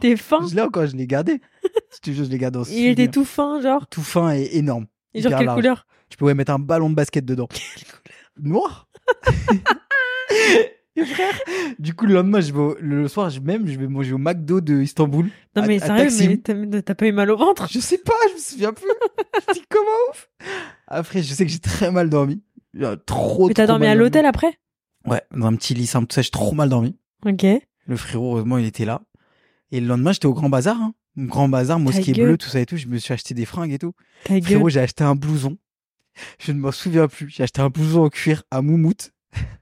B: T'es fin.
C: Je l'ai encore, je l'ai gardé. Je te jure, je l'ai gardé en
B: Il était
C: souvenir.
B: tout fin, genre.
C: tout fin et énorme.
B: Et genre
C: Hyper
B: quelle
C: large.
B: couleur
C: Tu pouvais mettre un ballon de basket dedans. Noir Et frère, du coup, le lendemain, je vais au- le soir, je, même, je vais manger au McDo de Istanbul.
B: Non
C: À-
B: mais
C: à
B: sérieux,
C: Taksim.
B: mais t'as- mais t'as pas eu mal au ventre
C: Je sais pas, je me souviens plus. je dis comment ouf Après, je sais que j'ai très mal dormi. Genre, Trop,
B: Mais t'as
C: trop
B: dormi
C: mal
B: à l'hôtel après
C: Ouais, dans un petit lit simple, tout ça, j'ai trop mal dormi.
B: Ok.
C: Le frérot, heureusement, il était là. Et le lendemain, j'étais au Grand Bazar. Hein. Grand Bazar, mosquée
B: gueule.
C: bleue, tout ça et tout. Je me suis acheté des fringues et tout.
B: Ta gueule.
C: Frérot, j'ai acheté un blouson. Je ne m'en souviens plus. J'ai acheté un blouson en cuir à Moumout.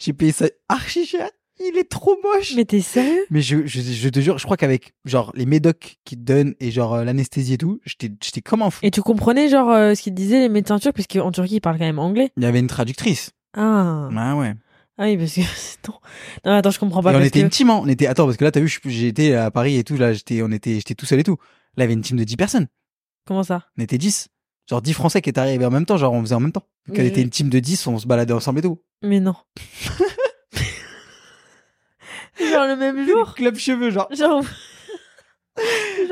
C: j'ai payé ça archi cher. Il est trop moche. Mais,
B: Mais t'es sérieux
C: je, je, je te jure, je crois qu'avec genre les médocs qu'ils te donnent et genre euh, l'anesthésie et tout, j'étais j'étais comme un fou.
B: Et tu comprenais genre euh, ce qu'ils disaient les médecins turcs, parce qu'en Turquie ils parlent quand même anglais.
C: Il y avait une traductrice.
B: Ah,
C: Ah ouais.
B: ah oui, parce que c'est ton... Non, attends, je comprends pas.
C: et on
B: parce
C: était
B: que-
C: une team, hein. On était, attends, parce que là, t'as vu, je- j'étais à Paris et tout. Là, j'étais, on était, j'étais tout seul et tout. Là, il y avait une team de 10 personnes.
B: Comment ça
C: On était 10. Genre 10 Français qui étaient arrivés en même temps. Genre, on faisait en même temps. Donc, elle
B: Mais-
C: était une team de 10, on se baladait ensemble et tout.
B: Mais non. genre le même jour
C: Club cheveux, genre.
B: Genre... genre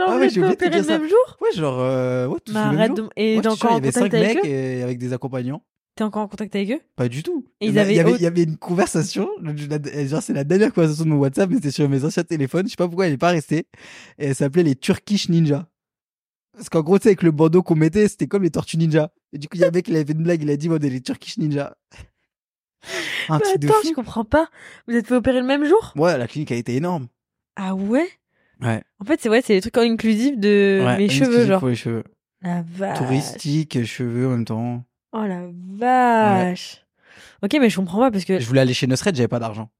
C: Ah
B: vous
C: ouais,
B: êtes
C: j'ai
B: pas
C: oublié de te
B: opérés
C: dire
B: le
C: ça.
B: même jour
C: Ouais, genre, euh, ouais, tous
B: Mais
C: le même
B: arrête
C: jour.
B: de... Et
C: Ouais,
B: t'es
C: je te jure,
B: encore
C: il y
B: en
C: avait
B: contact
C: cinq
B: avec
C: mecs
B: eux
C: et avec des accompagnants.
B: T'es encore en contact avec eux
C: Pas du tout.
B: Et
C: Il y
B: ils
C: avait- il y
B: avaient-
C: avait, il y avait une conversation. je- la- euh, Genre, c'est la dernière conversation de mon WhatsApp, mais c'était sur mes anciens téléphones. Je sais pas pourquoi elle est pas restée. Et elle s'appelait les Turkish Ninja. Parce qu'en gros, tu sais, avec le bandeau qu'on mettait, c'était comme les Tortues Ninja. Et du coup, il y a un mec qui avait fait une blague, il a dit, on est les Turkish Ninja. Un
B: Mais
C: truc de
B: attends, je
C: fou.
B: comprends pas. Vous êtes fait opérer le même jour
C: Ouais, la clinique a été énorme.
B: Ah ouais
C: Ouais.
B: En fait, c'est ouais, c'est les trucs inclusifs de
C: Ouais,
B: Euh, mes
C: une
B: cheveux,
C: exclusive
B: genre. Ah,
C: pour les cheveux.
B: La vache.
C: Touristique, cheveux en même temps.
B: Oh la vache. Ok, mais je comprends pas parce que.
C: Je voulais aller chez Nosred, j'avais pas d'argent.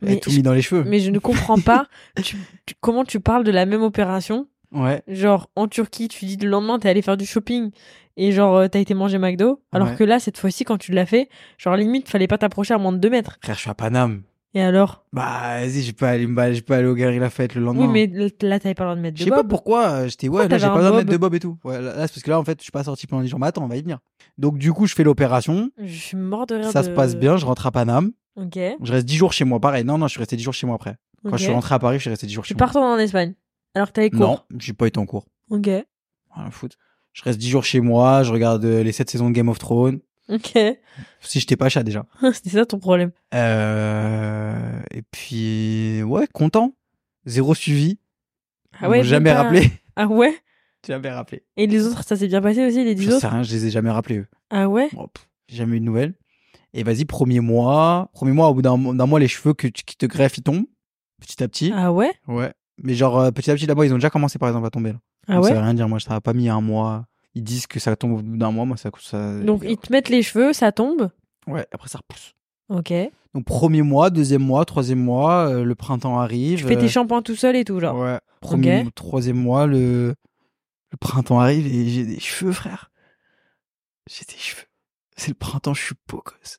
C: J'avais
B: Mais
C: tout
B: je-
C: mis dans les cheveux.
B: Mais je ne comprends pas tu- tu- comment tu parles de la même opération.
C: Ouais.
B: Genre, en Turquie, tu dis le lendemain, t'es allé faire du shopping et genre, euh, t'as été manger McDo. Alors
C: Ouais.
B: que là, cette fois-ci, quand tu l'as fait, genre, limite, fallait pas t'approcher à moins de 2 mètres.
C: Frère, je suis à Paname.
B: Et alors
C: Bah, vas-y, j'ai pas aller me balader- j'ai pas aller au Galerie Lafayette le lendemain.
B: Oui, mais là, t'avais pas le droit de mettre
C: Oh
B: de
C: Je sais pas
B: bob.
C: pourquoi, euh, j'étais ouais,
B: Pourquoi
C: là j'ai
B: t'avais
C: pas
B: un
C: besoin de mettre
B: bob
C: de bob et tout. Ouais, là, là, c'est parce que là en fait, je suis pas sorti pendant les jours, mais attends, on va y venir. Donc du coup, je fais l'opération,
B: Je suis mort de rire.
C: ça se
B: de-
C: passe bien, je rentre à Paname,
B: Ok.
C: je reste 10 jours chez moi, pareil. Non non, je suis resté 10 jours chez moi après. Quand
B: ok.
C: je suis rentré à Paris, je suis resté 10 jours
B: Tu
C: chez
B: pars en Espagne alors que t'avais
C: moi. Non,
B: cours.
C: j'ai pas été en cours.
B: Ok.
C: Rien à foutre. Je reste 10 jours chez moi, je regarde euh, les 7 saisons de Game of Thrones.
B: Ok.
C: Si j'étais pas chat déjà.
B: C'était ça ton problème.
C: Euh, et puis ouais, content. Zéro suivi.
B: Ah ouais,
C: Ils m'ont jamais
B: même pas-
C: rappelé.
B: Ah ouais
C: jamais rappelé.
B: Et les autres, ça s'est bien passé aussi, les 10
C: Je sais
B: autres
C: rien, je les ai jamais rappelés eux.
B: Ah ouais
C: Bon, pff, jamais eu de nouvelles. Et vas-y, premier mois, premier mois, au bout d'un d'un mois, les cheveux que, tu- qui te greffent, ils tombent, petit à petit.
B: Ah ouais
C: Ouais. Mais genre, euh, petit à petit, là-bas, ils ont déjà commencé, par exemple, à tomber. Là.
B: Ah
C: Donc,
B: ouais
C: ça veut rien dire, moi, ça n'a pas mis un mois. Ils disent que ça tombe au bout d'un mois, moi, ça... ça...
B: Donc ils te mettent les cheveux, ça tombe.
C: Ouais, après, ça repousse.
B: Ok.
C: Donc, premier mois, deuxième mois, troisième mois, euh, le printemps arrive.
B: Tu fais tes
C: euh,
B: shampoings tout seul et tout, genre.
C: Ouais. Premier,
B: Ok.
C: troisième mois, le... le printemps arrive et j'ai des cheveux, frère. J'ai des cheveux. C'est le printemps, je suis beau gosse.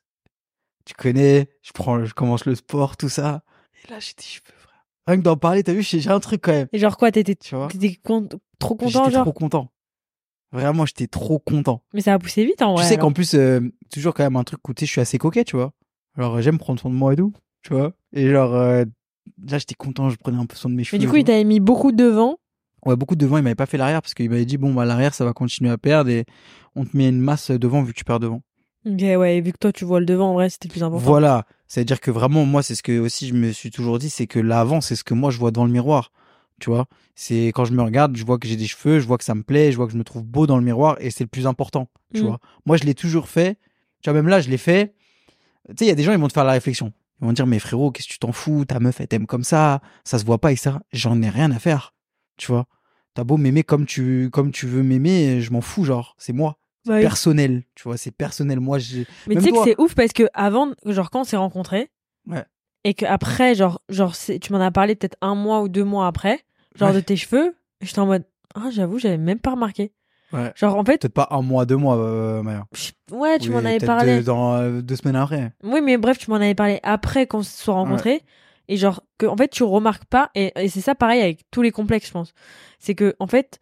C: Tu connais, je prends, je commence le sport, tout ça. Et là, j'ai des cheveux, frère. Rien que d'en parler, t'as vu, j'ai j'ai un truc quand même.
B: Et genre quoi, t'étais
C: Tu vois
B: t'étais con- trop content,
C: J'étais
B: genre
C: trop content. Vraiment, j'étais trop content.
B: Mais ça a poussé vite en vrai.
C: tu sais
B: alors.
C: qu'en plus, euh, toujours quand même un truc où tu sais, je suis assez coquet, tu vois. Alors, euh, j'aime prendre soin de moi et tout, tu vois. Et genre, euh, là, j'étais content, je prenais un peu soin de mes cheveux.
B: Mais du
C: et
B: coup,
C: tout.
B: il t'avait mis beaucoup devant.
C: Ouais, beaucoup devant, il m'avait pas fait l'arrière parce qu'il m'avait dit bon bah l'arrière ça va continuer à perdre et on te met une masse devant vu que tu perds devant.
B: Ok, ouais, et vu que toi tu vois le devant, en vrai, c'était le plus important.
C: Voilà, c'est-à-dire que vraiment moi c'est ce que aussi je me suis toujours dit c'est que l'avant c'est ce que moi je vois devant le miroir. Tu vois, c'est quand je me regarde, je vois que j'ai des cheveux, je vois que ça me plaît, je vois que je me trouve beau dans le miroir et c'est le plus important, tu
B: Mm.
C: vois. Moi je l'ai toujours fait. Tu vois même là, je l'ai fait. Tu sais, il y a des gens ils vont te faire la réflexion. Ils vont te dire mais frérot, qu'est-ce que tu t'en fous, ta meuf elle t'aime comme ça, ça se voit pas et ça, j'en ai rien à faire. Tu vois. T'as beau m'aimer comme tu, comme tu veux m'aimer, je m'en fous, genre, c'est moi.
B: Bah oui.
C: Personnel, tu vois, c'est personnel. Moi, j'ai.
B: Mais tu
C: Même
B: sais que
C: toi.
B: c'est ouf parce que avant, genre quand on s'est rencontrés,
C: Ouais.
B: et que après, genre, genre c'est- tu m'en as parlé peut-être un mois ou deux mois après, genre
C: Ouais.
B: de tes cheveux, j'étais en mode, ah j'avoue, j'avais même pas remarqué.
C: Ouais.
B: Genre en fait,
C: Peut-être pas un mois, deux mois, euh, Maya.
B: je- ouais, Ah, tu
C: Oui,
B: m'en avais
C: peut-être
B: parlé.
C: Deux, dans euh, deux semaines après.
B: Oui, mais bref, tu m'en avais parlé après qu'on se soit rencontrés. Et genre, que, en fait, tu remarques pas. Et, et c'est ça pareil avec tous les complexes, je pense. C'est que, en fait,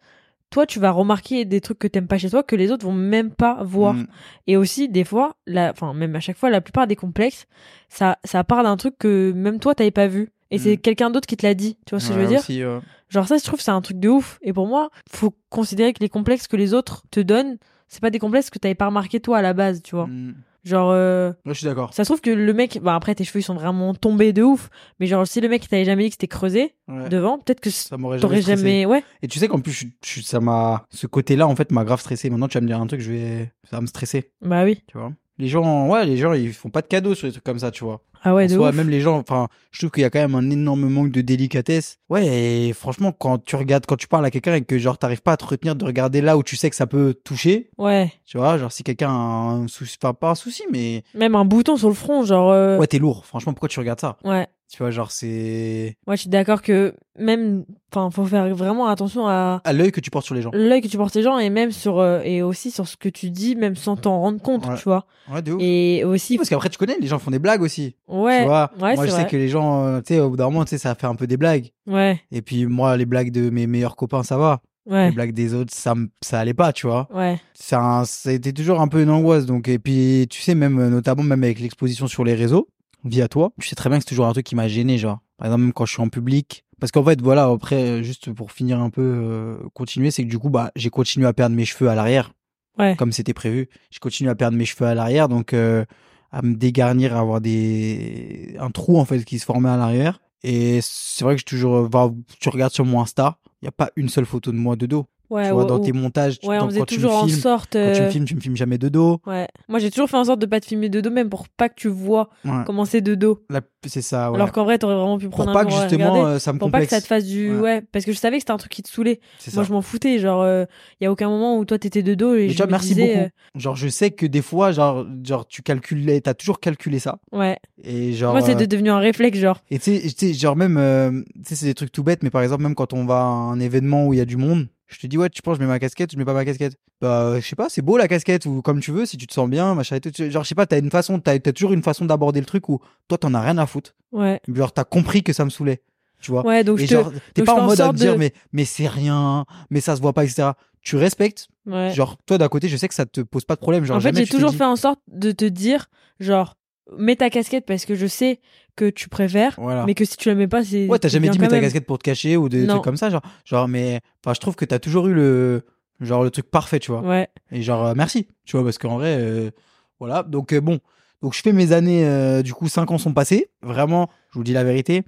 B: toi, tu vas remarquer des trucs que t'aimes pas chez toi que les autres vont même pas voir.
C: Mm.
B: Et aussi, des fois, la, enfin, même à chaque fois, la plupart des complexes, ça, ça part d'un truc que même toi, t'avais pas vu. Et c'est
C: Mm.
B: quelqu'un d'autre qui te l'a dit. Tu vois ce que je
C: Ouais,
B: veux dire?
C: aussi, euh,
B: Genre, ça, je trouve, c'est un truc de ouf. Et pour moi, faut considérer que les complexes que les autres te donnent, c'est pas des complexes que t'avais pas remarqué toi à la base, tu vois.
C: mm.
B: Genre, euh,
C: Ouais, je suis d'accord.
B: ça se trouve que le mec, bah après tes cheveux ils sont vraiment tombés de ouf, mais genre si le mec il t'avait jamais dit que c'était creusé
C: Ouais.
B: devant, peut-être que c-
C: Ça m'aurait
B: t'aurais
C: jamais, stressé.
B: jamais, ouais,
C: Et tu sais qu'en plus, je, je- ça m'a. Ce côté-là, en fait, m'a grave stressé. Maintenant, tu vas me dire un truc, je vais. Ça va me stresser,
B: bah oui,
C: tu vois. Les gens, ouais, les gens, ils font pas de cadeaux sur des trucs comme ça, tu vois.
B: ah ouais
C: En
B: de
C: soi,
B: ouf.
C: même les gens, enfin, je trouve qu'il y a quand même un énorme manque de délicatesse. Ouais, et franchement, quand tu regardes, quand tu parles à quelqu'un et que genre t'arrives pas à te retenir de regarder là où tu sais que ça peut toucher,
B: ouais,
C: tu vois, genre si quelqu'un a un souci, enfin pas un souci, mais
B: même un bouton sur le front, genre euh,
C: ouais, t'es lourd. Franchement, pourquoi tu regardes ça
B: ouais,
C: Tu vois, genre c'est
B: moi je suis d'accord que même, enfin faut faire vraiment attention à
C: à l'œil que tu portes sur les gens.
B: l'œil que tu portes les gens et même sur euh, et aussi sur ce que tu dis, même sans t'en rendre compte,
C: Ouais.
B: tu vois.
C: Ouais, de ouf.
B: Euh, Et aussi,
C: Parce qu'après, tu connais, les gens font des blagues aussi.
B: ouais,
C: tu vois,
B: ouais,
C: moi
B: c'est
C: je sais
B: vrai,
C: que les gens, euh, tu sais, au bout d'un moment, tu sais, ça fait un peu des blagues.
B: ouais,
C: Et puis moi, les blagues de mes meilleurs copains, ça va. Les
B: ouais,
C: blagues des autres, ça, me- ça allait pas, tu vois.
B: ouais,
C: c'est un- c'était toujours un peu une angoisse. Donc, et puis, tu sais, même, euh, notamment, même avec l'exposition sur les réseaux, via toi, tu sais très bien que c'est toujours un truc qui m'a gêné, genre. Par exemple, même quand je suis en public. Parce qu'en fait, voilà, après, euh, juste pour finir un peu, euh, continuer, c'est que du coup, bah, j'ai continué à perdre mes cheveux à l'arrière,
B: ouais,
C: comme c'était prévu. J'ai continué à perdre mes cheveux à l'arrière, donc, euh, à me dégarnir, à avoir des, un trou, en fait, qui se formait à l'arrière. Et c'est vrai que je toujours, bah, tu regardes sur mon Insta, il n'y a pas une seule photo de moi de dos.
B: ouais,
C: tu vois,
B: ouais,
C: dans
B: ouais.
C: tes montages, tu-
B: Ouais,
C: dans-
B: on faisait
C: quand tu me
B: toujours en
C: filmes,
B: sorte.
C: quand tu
B: euh,
C: me filmes, tu me filmes jamais de dos.
B: Ouais. Moi, j'ai toujours fait en sorte de pas te filmer de dos, même pour pas que tu vois
C: Ouais.
B: comment c'est de dos.
C: La- C'est ça, ouais.
B: Alors qu'en vrai, t'aurais vraiment pu
C: pour
B: prendre un
C: pas que
B: bureau à
C: justement
B: regarder,
C: euh, ça me
B: pour pas que ça
C: complexe.
B: te fasse du.
C: Ouais.
B: Ouais. Parce que je savais que c'était un truc qui te saoulait.
C: C'est
B: Moi,
C: ça.
B: je m'en foutais. Genre, il y a aucun moment où toi, t'étais de dos. Et
C: Mais
B: je
C: tu vois,
B: me
C: merci
B: disais,
C: beaucoup. Genre, je sais que des fois, genre, genre tu calculais, t'as toujours calculé ça.
B: euh, Ouais.
C: Et genre.
B: Moi, c'est
C: euh,
B: de- devenu un réflexe, genre.
C: Et tu sais- tu sais, genre même, euh, tu sais, c'est des trucs tout bêtes, mais par exemple, même quand on va à un événement où il y a du monde, Je te dis, ouais, tu penses, je mets ma casquette, je mets pas ma casquette. Bah, euh, je sais pas, c'est beau la casquette, ou comme tu veux, si tu te sens bien, machin et tout. Tu- Genre, je sais pas, t'as une façon, t'as t'as toujours une façon d'aborder le truc où toi, t'en as rien à foutre.
B: Ouais.
C: Genre, t'as compris que ça me saoulait. Tu vois.
B: Ouais, donc je
C: et
B: te.
C: genre, t'es
B: donc
C: pas
B: je fais
C: en
B: en
C: mode à
B: sorte
C: te dire,
B: de-
C: mais, mais c'est rien, mais ça se voit pas, etc. Tu respectes.
B: Ouais.
C: Genre, toi, d'un côté, je sais que ça te pose pas de problème. Genre,
B: en fait,
C: jamais
B: j'ai
C: tu te
B: toujours
C: dis-
B: fait en sorte de te dire, genre, mets ta casquette parce que je sais que tu préfères,
C: Voilà.
B: mais que si tu la mets pas, c'est.
C: Ouais, t'as
B: c'est
C: jamais
B: bien
C: dit
B: quand
C: mets ta
B: même.
C: casquette pour te cacher ou des
B: Non.
C: trucs comme ça, genre. Genre, mais. Enfin, je trouve que t'as toujours eu le. Genre, le truc parfait, tu vois.
B: Ouais.
C: Et genre, euh, merci, tu vois, parce qu'en vrai, euh, voilà. Donc, euh, bon. Donc, je fais mes années, euh, du coup, 5 ans sont passés. Vraiment, je vous dis la vérité.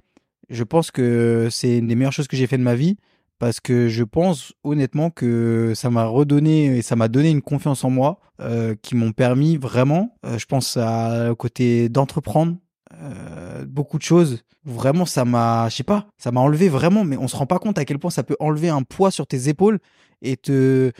C: Je pense que c'est une des meilleures choses que j'ai fait de ma vie. Parce que je pense honnêtement que ça m'a redonné et ça m'a donné une confiance en moi euh, qui m'ont permis vraiment, euh, je pense à au côté d'entreprendre euh, beaucoup de choses. Vraiment, ça m'a, je sais pas, ça m'a enlevé vraiment, mais on se rend pas compte à quel point ça peut enlever un poids sur tes épaules et te,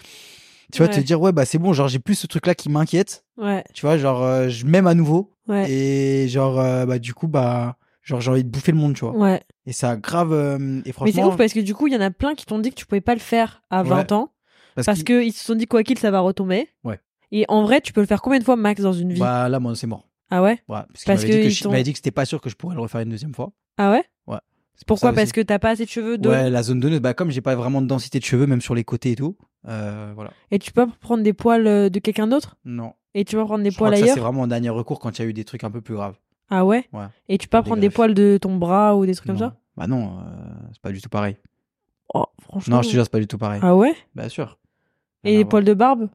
C: tu vois, te
B: Ouais.
C: dire ouais bah c'est bon, genre j'ai plus ce truc là qui m'inquiète,
B: Ouais.
C: tu vois, genre euh, je m'aime à nouveau
B: Ouais.
C: et genre euh, bah du coup bah genre j'ai envie de bouffer le monde, tu vois.
B: Ouais.
C: Et ça a grave euh, et
B: Mais c'est
C: franchement
B: ouf parce que du coup, il y en a plein qui t'ont dit que tu pouvais pas le faire à
C: Ouais.
B: 20 ans
C: parce
B: parce
C: qu'il-
B: qu'ils se sont dit quoi qu'il ça va retomber.
C: Ouais.
B: Et en vrai, tu peux le faire combien de fois max dans une vie
C: bah là moi c'est mort.
B: Ah ouais
C: Ouais, parce qu'il
B: Parce
C: m'avait dit
B: que
C: que
B: ils
C: je- il
B: t'ont-
C: m'avait dit que c'était pas sûr que je pourrais le refaire une deuxième fois.
B: Ah ouais
C: C'est pour ça
B: Pourquoi
C: aussi.
B: Parce que t'as pas assez de cheveux de...
C: Ouais, la zone donneuse, bah, comme j'ai pas vraiment de densité de cheveux, même sur les côtés et tout, euh, voilà.
B: Et tu peux prendre des poils euh, de quelqu'un d'autre
C: Non.
B: Et tu peux prendre des
C: Je crois
B: poils
C: que ça,
B: ailleurs
C: c'est vraiment en dernier recours quand il y a eu des trucs un peu plus graves.
B: Ah ouais,
C: Ouais.
B: Et tu peux pas
C: Des
B: prendre des
C: greffes.
B: poils de ton bras ou des trucs comme
C: Non.
B: ça
C: Bah non, euh, c'est pas du tout pareil.
B: Oh, franchement.
C: Non, je te jure, c'est pas du tout pareil.
B: Ah ouais
C: Bien sûr.
B: Et les poils de barbe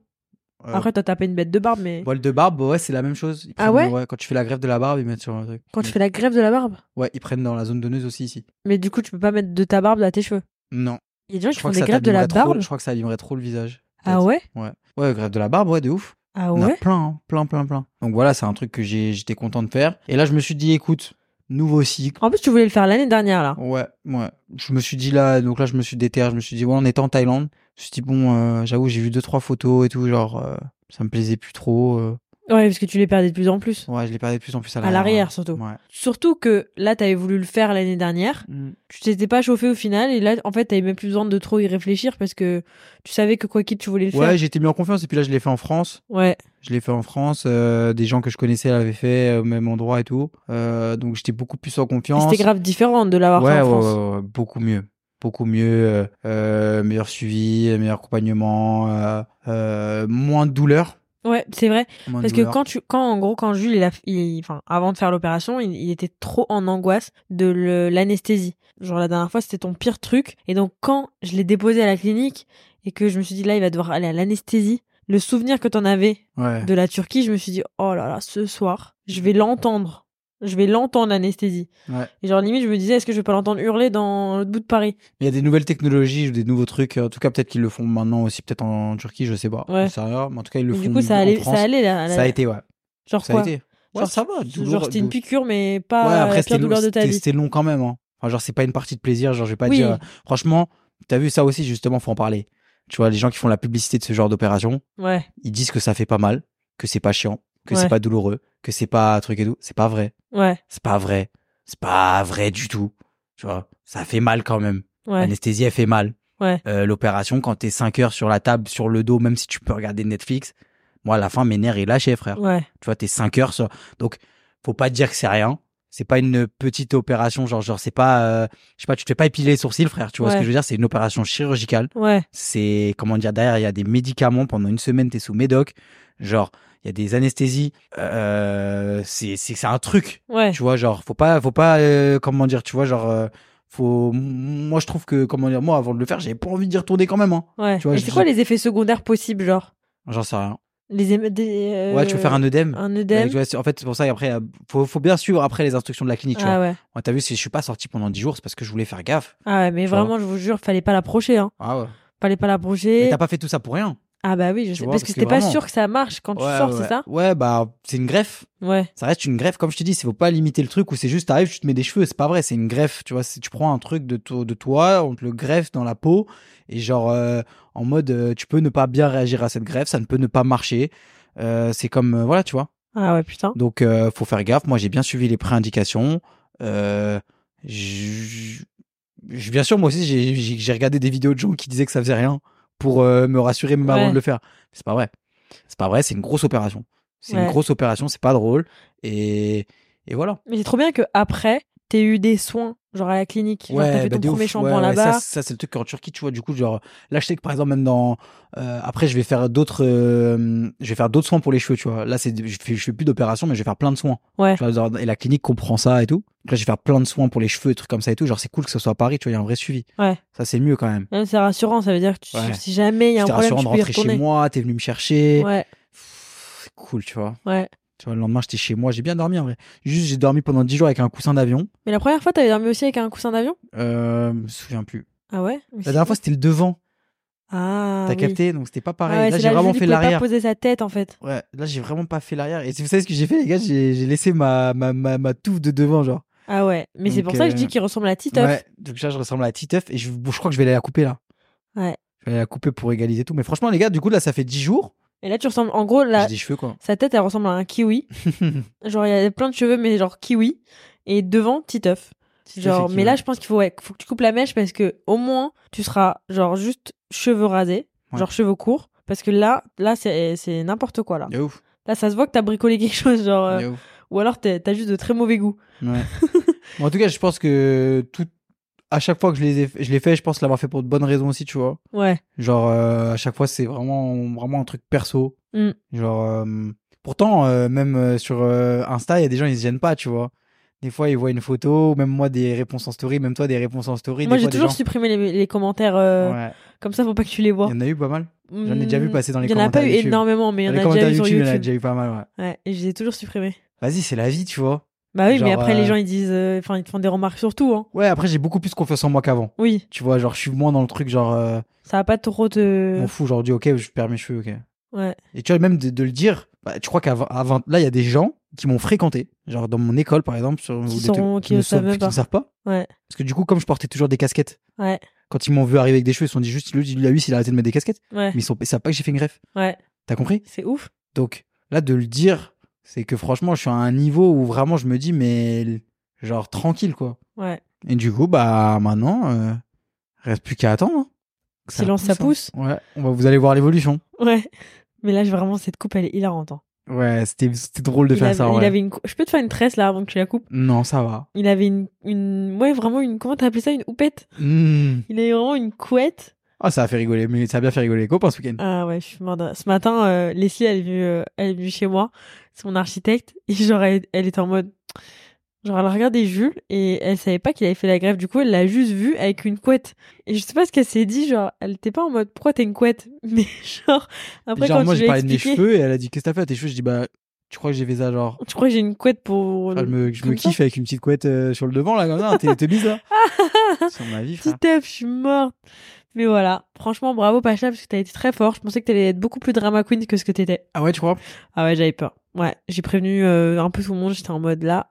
C: Euh,
B: Après, t'as tapé une bête de barbe, mais
C: Poils de barbe, ouais, c'est la même chose. Ils
B: Ah
C: prennent-
B: ouais
C: Quand tu fais la greffe de la barbe, ils mettent sur un truc.
B: quand tu fais la grève de la barbe
C: Ouais, ils prennent dans la zone donneuse aussi ici.
B: Mais du coup, tu peux pas mettre de ta barbe à tes cheveux.
C: Non.
B: Il y a des gens qui Ah, font des
C: ça
B: greffes de la
C: t'abîmerait trop-
B: barbe
C: Je crois que ça abîmerait trop le visage.
B: Ah ouais
C: Ouais. Ouais, greffe de la barbe, ouais, de ouf.
B: Ah
C: On a
B: ouais
C: plein, hein, plein, plein, plein. Donc voilà, c'est un truc que j'ai- j'étais content de faire. Et là, je me suis dit, écoute, nouveau cycle.
B: En plus, tu voulais le faire l'année dernière, là.
C: Ouais, ouais. Je me suis dit là, donc là, je me suis déterré. Je me suis dit, ouais, on était en Thaïlande. Je me suis dit, bon, euh, j'avoue, j'ai vu deux, trois photos et tout. Genre, euh, ça me plaisait plus trop. euh.
B: Ouais, parce que tu les perdais de plus en plus.
C: Ouais, je les perdais de plus en plus à hein.
B: À l'arrière, surtout.
C: Ouais.
B: Surtout que là, t'avais voulu le faire l'année dernière.
C: Mm.
B: Tu t'étais pas chauffé au final. Et là, en fait, t'avais même plus besoin de trop y réfléchir parce que tu savais que quoi qu'il, tu voulais le
C: Ouais,
B: faire.
C: j'étais mis en confiance. Et puis là, je l'ai fait en France.
B: Ouais.
C: Je l'ai fait en France. euh, des gens que je connaissais l'avaient fait au même endroit et tout. Euh, donc, j'étais beaucoup plus en
B: Et
C: confiance.
B: C'était grave différent de l'avoir
C: ouais,
B: fait en
C: ouais,
B: France.
C: ouais, ouais, beaucoup mieux. Beaucoup mieux, euh, euh, meilleur suivi, meilleur accompagnement, euh, euh, moins de douleur.
B: Ouais, c'est vrai.
C: moins de
B: Parce que
C: douleur.
B: quand tu, quand en gros, quand Jules, il a, il- enfin, avant de faire l'opération, il, il était trop en angoisse de le- l'anesthésie. Genre la dernière fois, c'était ton pire truc. Et donc quand je l'ai déposé à la clinique et que je me suis dit là, il va devoir aller à l'anesthésie, le souvenir que t'en avais
C: Ouais.
B: de la Turquie, je me suis dit oh là là, ce soir, je vais l'entendre, je vais l'entendre l'anesthésie.
C: Ouais.
B: Et genre limite, je me disais est-ce que je vais pas l'entendre hurler dans l'autre bout de Paris
C: Il y a des nouvelles technologies, ou des nouveaux trucs. En tout cas, peut-être qu'ils le font maintenant aussi, peut-être en Turquie, je sais pas.
B: Ouais.
C: J'en sais rien, mais en tout cas, ils le
B: Et
C: font
B: Du coup, ça
C: en
B: allait,
C: France.
B: ça allait là.
C: Ça a été, ouais.
B: Genre
C: ça
B: quoi
C: a été. Ouais,
B: Genre,
C: ça va. douloureux-
B: Genre c'était une
C: dou-
B: piqûre, mais pas
C: Ouais,
B: la
C: après,
B: Ah, pire
C: c'était long,
B: douleur de ta
C: c'était-
B: vie.
C: c'était long quand même. Hein. Enfin, genre, c'est pas une partie de plaisir. Genre, je vais pas
B: Oui.
C: dire. euh, Franchement, t'as vu ça aussi, justement, faut en parler. Tu vois, les gens qui font la publicité de ce genre d'opération,
B: Ouais.
C: ils disent que ça fait pas mal, que c'est pas chiant, que
B: Ouais.
C: c'est pas douloureux, que c'est pas truc et tout. C'est pas vrai.
B: Ouais.
C: C'est pas vrai. C'est pas vrai du tout. Tu vois, ça fait mal quand même.
B: Ouais.
C: L'anesthésie, elle fait mal.
B: Ouais.
C: Euh, L'opération, quand t'es 5 heures sur la table, sur le dos, même si tu peux regarder Netflix, moi, à la fin, mes nerfs, ils lâchaient, frère.
B: Ouais.
C: Tu vois, t'es 5 heures sur... Donc, faut pas dire que c'est rien. C'est pas une petite opération, genre, genre, c'est pas, euh, je sais pas, tu te fais pas épiler les sourcils, frère. Tu vois ce
B: Ouais.
C: que je veux dire? C'est une opération chirurgicale.
B: Ouais.
C: C'est, comment dire, derrière, il y a des médicaments. Pendant une semaine, t'es sous médoc. Genre, il y a des anesthésies. Euh, c'est, c'est, c'est un truc.
B: Ouais.
C: Tu vois, genre, faut pas, faut pas, euh, comment dire, tu vois, genre, euh, faut. m- Moi, je trouve que, comment dire, moi, avant de le faire, j'avais pas envie d'y retourner quand même. Hein.
B: Ouais.
C: Tu vois,
B: Et
C: je
B: c'est quoi
C: dis-
B: les effets secondaires possibles, genre
C: J'en sais rien.
B: Les éme- des, euh,
C: Ouais, tu veux faire un œdème.
B: un
C: Ouais,
B: œdème
C: tu vois, c'est- en fait, c'est pour ça qu'après, euh, faut, faut bien suivre après les instructions de la clinique. Tu vois.
B: Ah ouais.
C: Moi, t'as vu, si je suis pas sorti pendant 10 jours, c'est parce que je voulais faire gaffe.
B: Ah ouais, mais
C: Tu vois.
B: vraiment, je vous jure, fallait pas l'approcher. Hein.
C: Ah ouais.
B: Fallait pas
C: Mais
B: l'approcher.
C: t'as pas fait tout ça pour rien.
B: Ah bah oui, je sais.
C: vois,
B: parce
C: parce
B: que
C: que
B: c'était pas
C: vraiment-
B: sûr que ça marche quand tu
C: Ouais,
B: sors,
C: ouais.
B: c'est ça
C: Ouais, bah, c'est une greffe.
B: Ouais.
C: Ça reste une greffe, comme je te dis, c'est faut pas limiter le truc où c'est juste t'arrives, tu te mets des cheveux, c'est pas vrai, c'est une greffe, tu vois, si tu prends un truc de, to- de toi, on te le greffe dans la peau et genre euh, en mode euh, tu peux ne pas bien réagir à cette greffe, ça ne peut ne pas marcher, Euh, c'est comme euh, voilà, tu vois.
B: Ah ouais, putain.
C: Donc euh, faut faire gaffe. Moi j'ai bien suivi les préindications. Euh, j- j- bien sûr, moi aussi j'ai- j'ai j'ai regardé des vidéos de gens qui disaient que ça faisait rien pour euh, me rassurer même avant
B: Ouais.
C: de le faire. C'est pas vrai. C'est pas vrai, c'est une grosse opération. C'est
B: Ouais.
C: une grosse opération, c'est pas drôle. Et, et voilà.
B: Mais c'est trop bien que après, t'aies eu des soins, genre à la clinique. Genre, t'as fait
C: bah,
B: ton
C: de
B: premier
C: ouf.
B: shampoing
C: Ouais, ouais,
B: là-bas.
C: Ça, ça, c'est le truc qu'en Turquie, tu vois, du coup, genre, là, je sais que par exemple, même dans. euh, après, je vais faire d'autres. euh, je vais faire d'autres soins pour les cheveux, tu vois. Là, c'est, je, fais, je fais plus d'opération, mais je vais faire plein de soins.
B: Ouais.
C: Tu vois, genre, et la clinique comprend ça et tout. Donc Là, je vais faire plein de soins pour les cheveux, des trucs comme ça et tout. Genre, c'est cool que ce soit à Paris, tu vois, il y a un vrai suivi.
B: Ouais.
C: Ça, c'est mieux quand même.
B: Même c'est rassurant, ça veut dire que tu-
C: Ouais.
B: si jamais il y a un
C: C'était
B: problème,
C: rassurant
B: tu
C: de
B: peux y
C: rentrer chez
B: retourner.
C: moi, t'es venu me chercher.
B: Ouais,
C: Pff, C'est cool, tu vois.
B: ouais.
C: Tu vois, le lendemain, j'étais chez moi, j'ai bien dormi en vrai. Juste, j'ai dormi pendant 10 jours avec un coussin d'avion.
B: Mais la première fois, t'avais dormi aussi avec un coussin d'avion
C: Euh, je me souviens plus.
B: Ah ouais Mais
C: La dernière fois,
B: c'est-
C: c'était le devant.
B: Ah.
C: T'as
B: oui.
C: capté Donc, c'était pas pareil.
B: Ah ouais,
C: là,
B: c'est
C: j'ai
B: là,
C: vraiment
B: Julie
C: fait
B: pouvait pas
C: l'arrière.
B: poser sa tête, en fait.
C: Ouais, là, j'ai vraiment pas fait l'arrière. Et c'est- vous savez ce que j'ai fait, les gars J'ai j'ai laissé ma, ma, ma, ma touffe de devant, genre.
B: Ah ouais. Mais c'est
C: Donc,
B: pour ça que je dis
C: euh,
B: qu'il ressemble à Titeuf.
C: Ouais, donc là, je ressemble à Titeuf et je, bon, je crois que je vais aller la couper là.
B: Ouais.
C: Je vais aller la couper pour égaliser tout. Mais franchement, les gars, du coup, là, ça fait 10 jours.
B: Et là, tu ressembles. En gros, là,
C: J'ai des cheveux, quoi.
B: sa tête, elle ressemble à un kiwi. genre, il y a plein de cheveux, mais genre kiwi. Et devant, Titeuf. Genre, mais là, je pense qu'il faut, ouais, faut que tu coupes la mèche parce que au moins, tu seras genre juste cheveux rasés,
C: Ouais.
B: genre cheveux courts. Parce que là, là, c'est c'est n'importe quoi, là.
C: De ouf.
B: Là, ça se voit que t'as bricolé quelque chose, genre. euh,
C: de ouf.
B: Ou alors, t'es- t'as juste de très mauvais goût.
C: Ouais. Bon, en tout cas, je pense que tout... à chaque fois que je les ai... je l'ai fait, je pense l'avoir fait pour de bonnes raisons aussi, tu vois.
B: Ouais.
C: Genre, euh, à chaque fois, c'est vraiment, vraiment un truc perso.
B: Mm.
C: Genre, euh, pourtant, euh, même euh, sur euh, Insta, il y a des gens, ils se gênent pas, tu vois. Des fois, ils voient une photo, même moi, des réponses en story, même toi, des réponses en story.
B: Moi,
C: des
B: j'ai
C: fois, des
B: toujours
C: gens-
B: supprimé les, les commentaires euh,
C: Ouais.
B: comme ça, faut pas que tu les
C: Il
B: vois.
C: y en a eu pas mal. J'en ai déjà vu passer dans les
B: Hmm. Il y en a
C: commentaires
B: pas eu
C: YouTube.
B: énormément, mais il y
C: Dans
B: en
C: les
B: a déjà
C: commentaires
B: vu sur
C: YouTube, il y en a
B: YouTube.
C: déjà eu pas mal, ouais.
B: Ouais, et je les ai toujours supprimés.
C: Vas-y, c'est la vie, tu vois.
B: Bah oui, mais
C: Genre,
B: après, les
C: euh,
B: gens, ils disent. euh, Enfin, ils te font des remarques sur tout, hein.
C: Ouais, après, j'ai beaucoup plus confiance en moi qu'avant.
B: Oui,
C: Tu vois, genre, je suis moins dans le truc, genre, euh,
B: ça va pas trop te.
C: m'en fous aujourd'hui, ok, je perds mes cheveux, ok.
B: Ouais.
C: Et tu vois, même de, de le dire, bah, tu crois qu'avant, avant- là, il y a des gens qui m'ont fréquenté, genre dans mon école, par exemple, sur,
B: Qui
C: ou des
B: sont-
C: trucs
B: qui le
C: ne
B: savent même
C: qui ne
B: pas.
C: savent pas.
B: Ouais.
C: Parce que du coup, comme je portais toujours des casquettes,
B: Ouais.
C: quand ils m'ont vu arriver avec des cheveux, ils se sont dit juste, lui, lui, lui, il a arrêté de mettre des casquettes.
B: Ouais.
C: Mais ils sont, ils savent pas que j'ai fait une greffe.
B: Ouais.
C: T'as compris
B: C'est ouf.
C: Donc, là, de le dire, c'est que franchement, je suis à un niveau où vraiment, je me dis, mais genre, tranquille, quoi.
B: Ouais.
C: Et du coup, bah, maintenant, euh, reste plus qu'à attendre. hein. Que
B: Silence, ça
C: hein.
B: pousse.
C: Ouais, on va, vous allez voir l'évolution.
B: Ouais. Mais là, j'ai vraiment, cette coupe, elle est hilarante. hein.
C: Ouais, c'était c'était drôle de
B: il
C: faire
B: avait,
C: ça.
B: il
C: ouais.
B: avait une cou- Je peux te faire une tresse là avant que tu la coupes
C: Non, ça va.
B: Il avait une. une... Ouais, vraiment une. Comment t'as appelé ça Une houppette
C: Hmm.
B: Il avait vraiment une couette.
C: Ah, ça a fait rigoler, mais ça a bien fait rigoler les copains ce week-end.
B: Ah ouais, je suis morte. de rire. Ce matin, euh, Leslie, elle est, venue, euh, elle est venue chez moi, c'est mon architecte, et genre, elle, elle était en mode. Genre, elle regardait Jules, et elle savait pas qu'il avait fait la grève, du coup, elle l'a juste vu avec une couette. Et je sais pas ce qu'elle s'est dit, genre, elle était pas en mode, pourquoi t'as une couette Mais genre, après,
C: genre,
B: quand
C: moi,
B: tu
C: j'ai
B: lui as
C: parlé de mes
B: expliqué,
C: cheveux et elle a dit Qu'est-ce que t'as fait à tes cheveux Je dis Bah, tu crois que j'ai fait ça, genre.
B: tu crois que j'ai une couette pour.
C: Enfin, je Ah, me, je me
B: Comme ça
C: kiffe avec une petite couette euh, sur le devant, là, comme ça, t'es t'es bise, là. Sur ma vie, frère.
B: Petit œuf, je suis morte. Mais voilà, franchement, bravo Pacha, parce que t'as été très fort. Je pensais que t'allais être beaucoup plus drama queen que ce que t'étais.
C: Ah ouais, tu crois
B: Ah ouais, j'avais peur. Ouais, j'ai prévenu euh, un peu tout le monde. J'étais en mode là,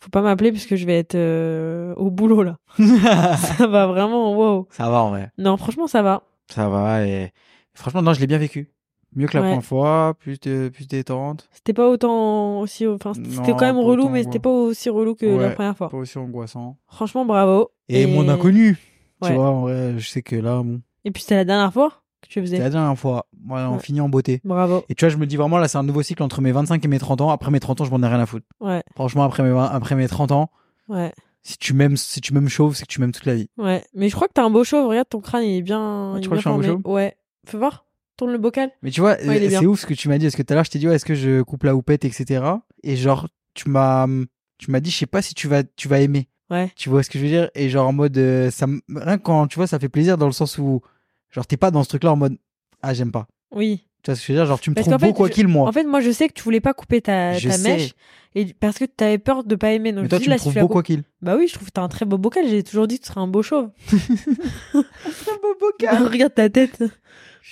B: faut pas m'appeler parce que je vais être euh, au boulot là.
C: Ça
B: ça va vraiment, wow.
C: va, en vrai.
B: Non, franchement, ça va.
C: Ça va, et franchement, non, je l'ai bien vécu. Mieux que la
B: Ouais.
C: première fois, plus, de- plus détente,
B: C'était pas autant aussi, enfin,
C: Non,
B: c'était quand même
C: pas
B: relou,
C: autant,
B: mais
C: ouais.
B: c'était pas aussi relou que la
C: Ouais.
B: première fois.
C: pas aussi angoissant.
B: Franchement, bravo.
C: Et, mon inconnu,
B: Ouais.
C: tu vois, en vrai, je sais que là, bon.
B: Et puis c'était la dernière fois que tu
C: C'était
B: faisais.
C: la dernière fois. Voilà, on
B: Ouais.
C: finit en beauté.
B: Bravo.
C: Et tu vois, je me dis vraiment, là, c'est un nouveau cycle entre mes 25 et mes 30 ans. Après mes 30 ans, je m'en ai rien à foutre.
B: Ouais,
C: Franchement, après mes, 20 après mes 30 ans,
B: ouais,
C: si tu m'aimes, si tu m'aimes chauve, c'est que tu m'aimes toute la vie.
B: ouais. Mais je crois que t'as un beau chauve. Regarde, ton crâne, il est bien.
C: Ah, tu
B: il est
C: crois que
B: bien
C: je suis un beau
B: formé. Ouais. Fais voir. Tourne le bocal.
C: Mais tu vois,
B: il est
C: euh,
B: bien.
C: c'est ouf ce que tu m'as dit. Parce que tout à l'heure, je t'ai dit, ouais, est-ce que je coupe la houppette, etc. Et genre, tu m'as, tu m'as dit, je sais pas si tu vas, tu vas aimer.
B: Ouais.
C: Tu vois ce que je veux dire Et genre en mode, euh, ça, me- rien que quand tu vois, ça fait plaisir dans le sens où, genre, t'es pas dans ce truc-là en mode, ah, j'aime pas.
B: Oui.
C: Tu vois ce que je veux dire Genre, tu me
B: Parce
C: trouves
B: qu'en fait,
C: beau quoi
B: je-
C: qu'il, moi.
B: En fait, moi, je sais que tu voulais pas couper ta,
C: Je
B: ta
C: sais.
B: mèche. Et parce que t'avais peur de pas aimer. Donc,
C: Mais
B: je
C: toi,
B: dis,
C: tu
B: là,
C: me
B: si
C: trouves
B: la
C: beau
B: coupes-
C: quoi qu'il.
B: Bah oui, je trouve que t'as un très beau bocal. J'ai toujours dit que tu serais un beau chauve.
C: Très beau
B: Regarde ta tête.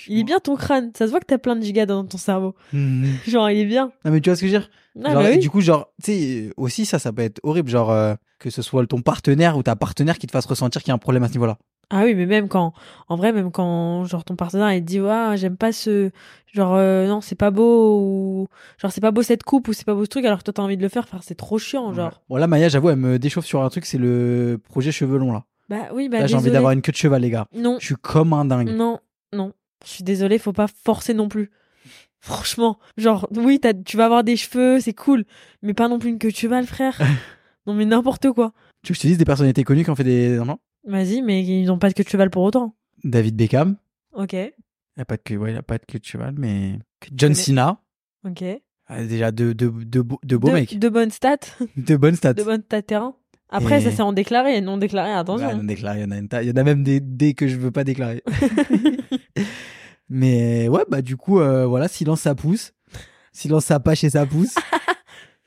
B: Il est bien ton crâne. Ça se voit que t'as plein de gigas dans ton cerveau.
C: hmm. Non,
B: Genre, il est bien.
C: mais tu vois ce que je veux dire
B: Ah,
C: Genre,
B: bah
C: et
B: oui.
C: Du coup, genre, tu sais, euh, aussi, ça, ça peut être horrible. Genre, euh, que ce soit ton partenaire ou ta partenaire qui te fasse ressentir qu'il y a un problème à ce niveau-là.
B: Ah oui, mais même quand, en vrai, même quand, genre, ton partenaire, il te dit, ouais, j'aime pas ce, genre, euh, non, c'est pas beau, ou, genre, c'est pas beau cette coupe, ou c'est pas beau ce truc, alors que toi, t'as envie de le faire, enfin, c'est trop chiant, genre.
C: Bon, là, Maya, j'avoue, elle me déchauffe sur un truc, c'est le projet cheveux longs, là.
B: Bah oui, bah,
C: là, j'ai envie
B: désolé. Mm.
C: d'avoir une queue de cheval, les gars.
B: Non,
C: Je suis comme un dingue.
B: non, non. Je suis désolée, faut pas forcer non plus. Franchement, genre, oui, t'as- tu vas avoir des cheveux, c'est cool, mais pas non plus une queue de cheval, frère. non, mais n'importe quoi.
C: Tu veux que je te dise des personnalités connues qui ont fait des enfants
B: Vas-y, mais ils ont pas de queue de cheval pour autant.
C: David Beckham.
B: Ok,
C: Il a pas de queue, ouais, il a pas de queue de cheval, mais.
B: connais.
C: John Cena.
B: ok.
C: Ah, déjà deux, deux, deux, beaux- deux beaux
B: de,
C: mecs.
B: de bonnes stats,
C: De bonnes stats.
B: de bonnes stats terrain. Après,
C: Et-
B: ça c'est en déclaré et non déclaré, attention.
C: Ouais, non déclaré, il y en a une ta- il y en a même des, des que je veux pas déclarer. Mais ouais, bah du coup, euh, voilà, silence ça pousse. Silence ça pas chez ça pousse.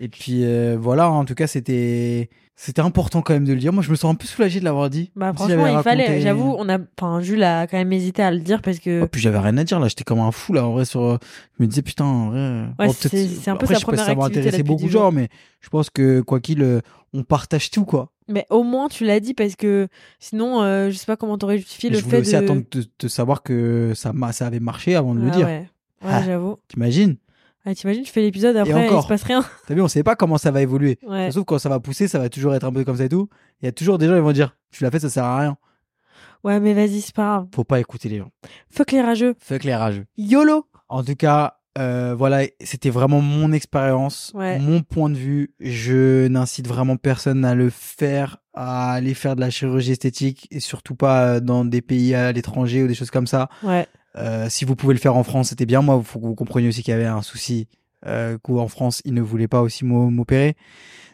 C: Et puis euh, voilà, en tout cas, c'était c'était important quand même de le dire. Moi, je me sens un peu soulagé de l'avoir dit.
B: bah
C: Comme si
B: franchement,
C: j'avais
B: il fallait,
C: raconté-
B: j'avoue, on a, enfin, Jules a quand même hésité à le dire parce que
C: Oh, puis j'avais rien à dire là, j'étais comme un fou là en vrai sur euh, je me disais putain en vrai euh,
B: Ouais,
C: bon, peut-être-
B: c'est- c'est un peu
C: après,
B: sa
C: je sais pas si
B: première
C: ça va
B: activité, là,
C: intéresser
B: depuis
C: beaucoup de
B: dix
C: gens
B: ans.
C: mais je pense que quoi qu'il euh, on partage tout quoi.
B: Mais au moins, tu l'as dit parce que sinon, euh, je sais pas comment t'aurais justifié
C: Mais
B: le
C: je voulais
B: fait
C: aussi
B: de.
C: attendre de, de savoir que ça m'a- ça avait marché avant de le
B: Ah
C: dire.
B: Ouais, Ouais,
C: Ah.
B: j'avoue.
C: T'imagines
B: Ah, T'imagines, tu fais l'épisode après, il
C: encore.
B: se passe rien.
C: T'as vu, on sait pas comment ça va évoluer.
B: Ouais.
C: Sauf quand ça va pousser, ça va toujours être un peu comme ça et tout. Il y a toujours des gens qui vont dire Tu l'as fait, ça sert à rien.
B: ouais, mais vas-y, c'est pas grave.
C: Faut pas écouter les gens.
B: Fuck les rageux.
C: Fuck les rageux. YOLO En tout cas, euh, voilà, c'était vraiment mon expérience,
B: Ouais.
C: mon point de vue. Je n'incite vraiment personne à le faire, à aller faire de la chirurgie esthétique et surtout pas euh, dans des pays à l'étranger ou des choses comme ça.
B: Ouais.
C: Euh, si vous pouvez le faire en France, c'était bien. Moi, faut que vous compreniez aussi qu'il y avait un souci euh, qu'en France, ils ne voulaient pas aussi m'o- m'opérer.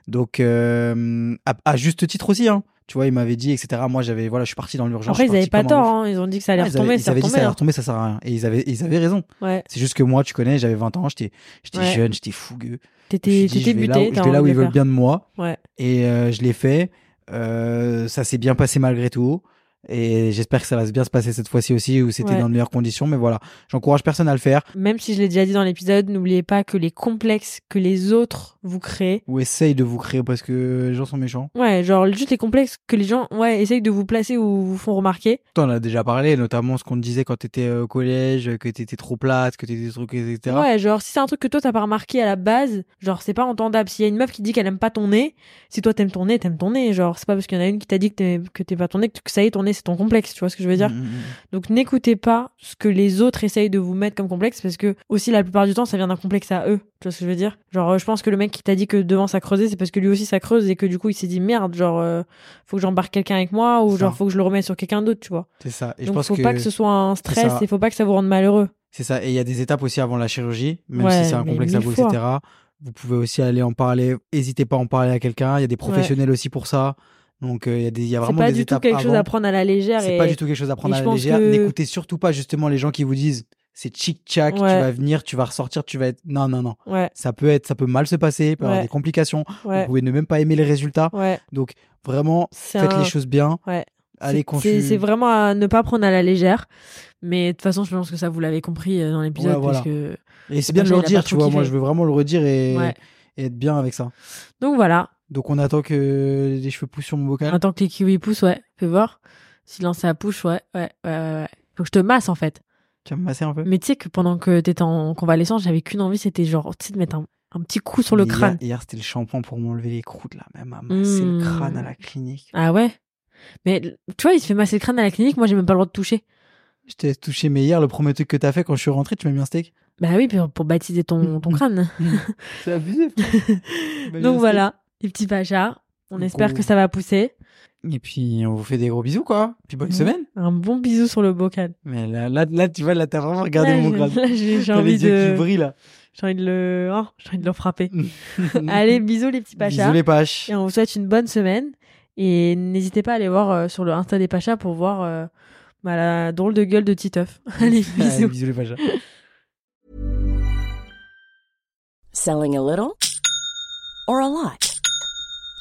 C: Donc, euh, à, à juste titre aussi, hein. Tu vois, ils m'avaient dit, etc. Moi, j'avais, voilà, je suis parti dans l'urgence.
B: Après,
C: je
B: ils
C: suis
B: avaient pas
C: parti comme un
B: tort,
C: ouf.
B: hein. ils ont dit que ça allait
C: Ouais, ils avaient-
B: retomber,
C: Ah, ils
B: ça
C: avaient dit ça allait
B: retombait. hein.
C: retomber, ça sert à rien. Et ils avaient, ils avaient raison.
B: Ouais.
C: C'est juste que moi, tu connais, j'avais 20 ans, j'étais, j'étais
B: Ouais.
C: jeune, j'étais fougueux. Je me
B: T'étais
C: suis dit,
B: t'étais
C: je vais là où-
B: buté,
C: je
B: t'as
C: vais là où
B: envie
C: ils
B: de le
C: veulent
B: faire.
C: bien de moi.
B: Ouais.
C: Et euh, je l'ai fait. Euh, ça s'est bien passé malgré tout. Et j'espère que ça va bien se passer cette fois-ci aussi, où c'était
B: Ouais.
C: dans de meilleures conditions. Mais voilà, j'encourage personne à le faire.
B: Même si je l'ai déjà dit dans l'épisode, n'oubliez pas que les complexes que les autres vous créent,
C: Ou essaye de vous créer parce que les gens sont méchants.
B: ouais, genre juste les complexes que les gens, ouais, essayent de vous placer ou vous font remarquer,
C: Toi, on en a déjà parlé, notamment ce qu'on te disait quand t'étais euh, au collège, que t'étais trop plate, que t'étais trop... etc.
B: Ouais, genre si c'est un truc que toi t'as pas remarqué à la base, genre c'est pas entendable. S'il y a une meuf qui dit qu'elle aime pas ton nez, si toi t'aimes ton nez, t'aimes ton nez. Genre c'est pas parce qu'il y en a une qui t'a dit que t'es- que t'es pas ton nez que que ça y est ton nez c'est ton complexe. Tu vois ce que je veux dire
C: Mm, mm, mm.
B: Donc n'écoutez pas ce que les autres essayent de vous mettre comme complexe parce que aussi la plupart du temps ça vient d'un complexe à eux. Tu vois ce que je veux dire Genre euh, je pense que le mec qui t'a dit que devant ça creusait c'est parce que lui aussi ça creuse et que du coup il s'est dit merde genre euh, faut que j'embarque quelqu'un avec moi ou
C: Ça.
B: genre faut que je le remette sur quelqu'un d'autre tu vois.
C: C'est ça. Et je
B: Donc
C: pense
B: faut pas que ce soit un
C: ça.
B: stress et faut pas que ça vous rende malheureux.
C: C'est ça. Et il y a des étapes aussi avant la chirurgie, même
B: Ouais,
C: si c'est un
B: mais
C: complexe à
B: mille
C: vous,
B: fois.
C: etc. Vous pouvez aussi aller en parler. N'hésitez pas à en parler à quelqu'un. Il y a des professionnels aussi pour ça. Donc, euh, il y a des, il y a
B: C'est
C: vraiment
B: pas
C: des
B: du tout
C: étapes
B: quelque chose à
C: avant.
B: prendre à la légère
C: C'est
B: et
C: pas du tout quelque chose à prendre
B: et
C: à
B: je
C: la
B: pense
C: légère.
B: que-
C: N'écoutez surtout pas justement les gens qui vous disent c'est chic-chac, tu
B: Ouais.
C: vas venir, tu vas ressortir, tu vas être. Non, non, non.
B: Ouais,
C: Ça peut être, ça peut mal se passer, il peut y avoir
B: Ouais.
C: des complications. Vous
B: ouais,
C: pouvez ne même pas aimer les résultats.
B: ouais.
C: Donc, vraiment,
B: C'est
C: faites
B: un-
C: les choses bien.
B: Ouais. c'est-
C: Allez,
B: c'est-
C: conçu.
B: C'est vraiment à ne pas prendre à la légère. Mais de toute façon, je pense que ça, vous l'avez compris euh, dans l'épisode.
C: Ouais, voilà.
B: parce que-
C: Et c'est
B: C'est
C: bien de
B: pas ça,
C: le
B: il a
C: redire,
B: pas
C: tu
B: trop
C: vois. Moi,
B: kiffé.
C: je veux vraiment le redire et,
B: Ouais.
C: et être bien avec ça.
B: Donc voilà.
C: Donc on attend que les cheveux poussent sur mon bocal.
B: Attends que les kiwis poussent, ouais. Fais voir. Silence à pouche, ouais. Ouais, ouais, ouais. ouais. Faut que je te masse, en fait.
C: Tu vas me masser un peu
B: Mais tu sais que pendant que t'étais en convalescence, j'avais qu'une envie, c'était genre, tu sais, de mettre un, un petit coup sur le
C: Mais hier-
B: crâne.
C: Hier, c'était le shampoing pour m'enlever les croûtes là, même à masser
B: Mm.
C: le crâne à la clinique.
B: Ah ouais? Mais tu vois, il se fait masser le crâne à la clinique, moi, j'ai même pas le droit de toucher.
C: Je t'ai touché, mais hier, le premier truc que t'as fait quand je suis rentré, tu m'as mis un steak.
B: Bah oui, pour, pour baptiser ton, ton crâne.
C: C'est abusé.
B: Donc voilà, les petits pachas. On
C: Donc,
B: espère
C: on-
B: que ça va pousser.
C: Et puis on vous fait des gros bisous quoi. Puis bonne
B: Mm.
C: semaine.
B: Un bon bisou sur le bocal.
C: Mais là, là, là, tu vois, là, t'as vraiment regardé
B: Là,
C: mon
B: je-
C: crâne.
B: là, j'ai j'ai
C: T'as
B: envie
C: les yeux qui
B: de,
C: brillent là.
B: j'ai envie de le, oh, j'ai envie de le frapper. Allez, bisous les petits pachas.
C: Mm. Bisous les paches.
B: Et on vous souhaite une bonne semaine. Et n'hésitez pas à aller voir euh, sur le Insta des pachas pour voir euh, bah, la drôle de gueule de Titeuf. Allez,
C: Allez,
B: bisous.
C: bisous les paches.
A: Selling a little or a lot?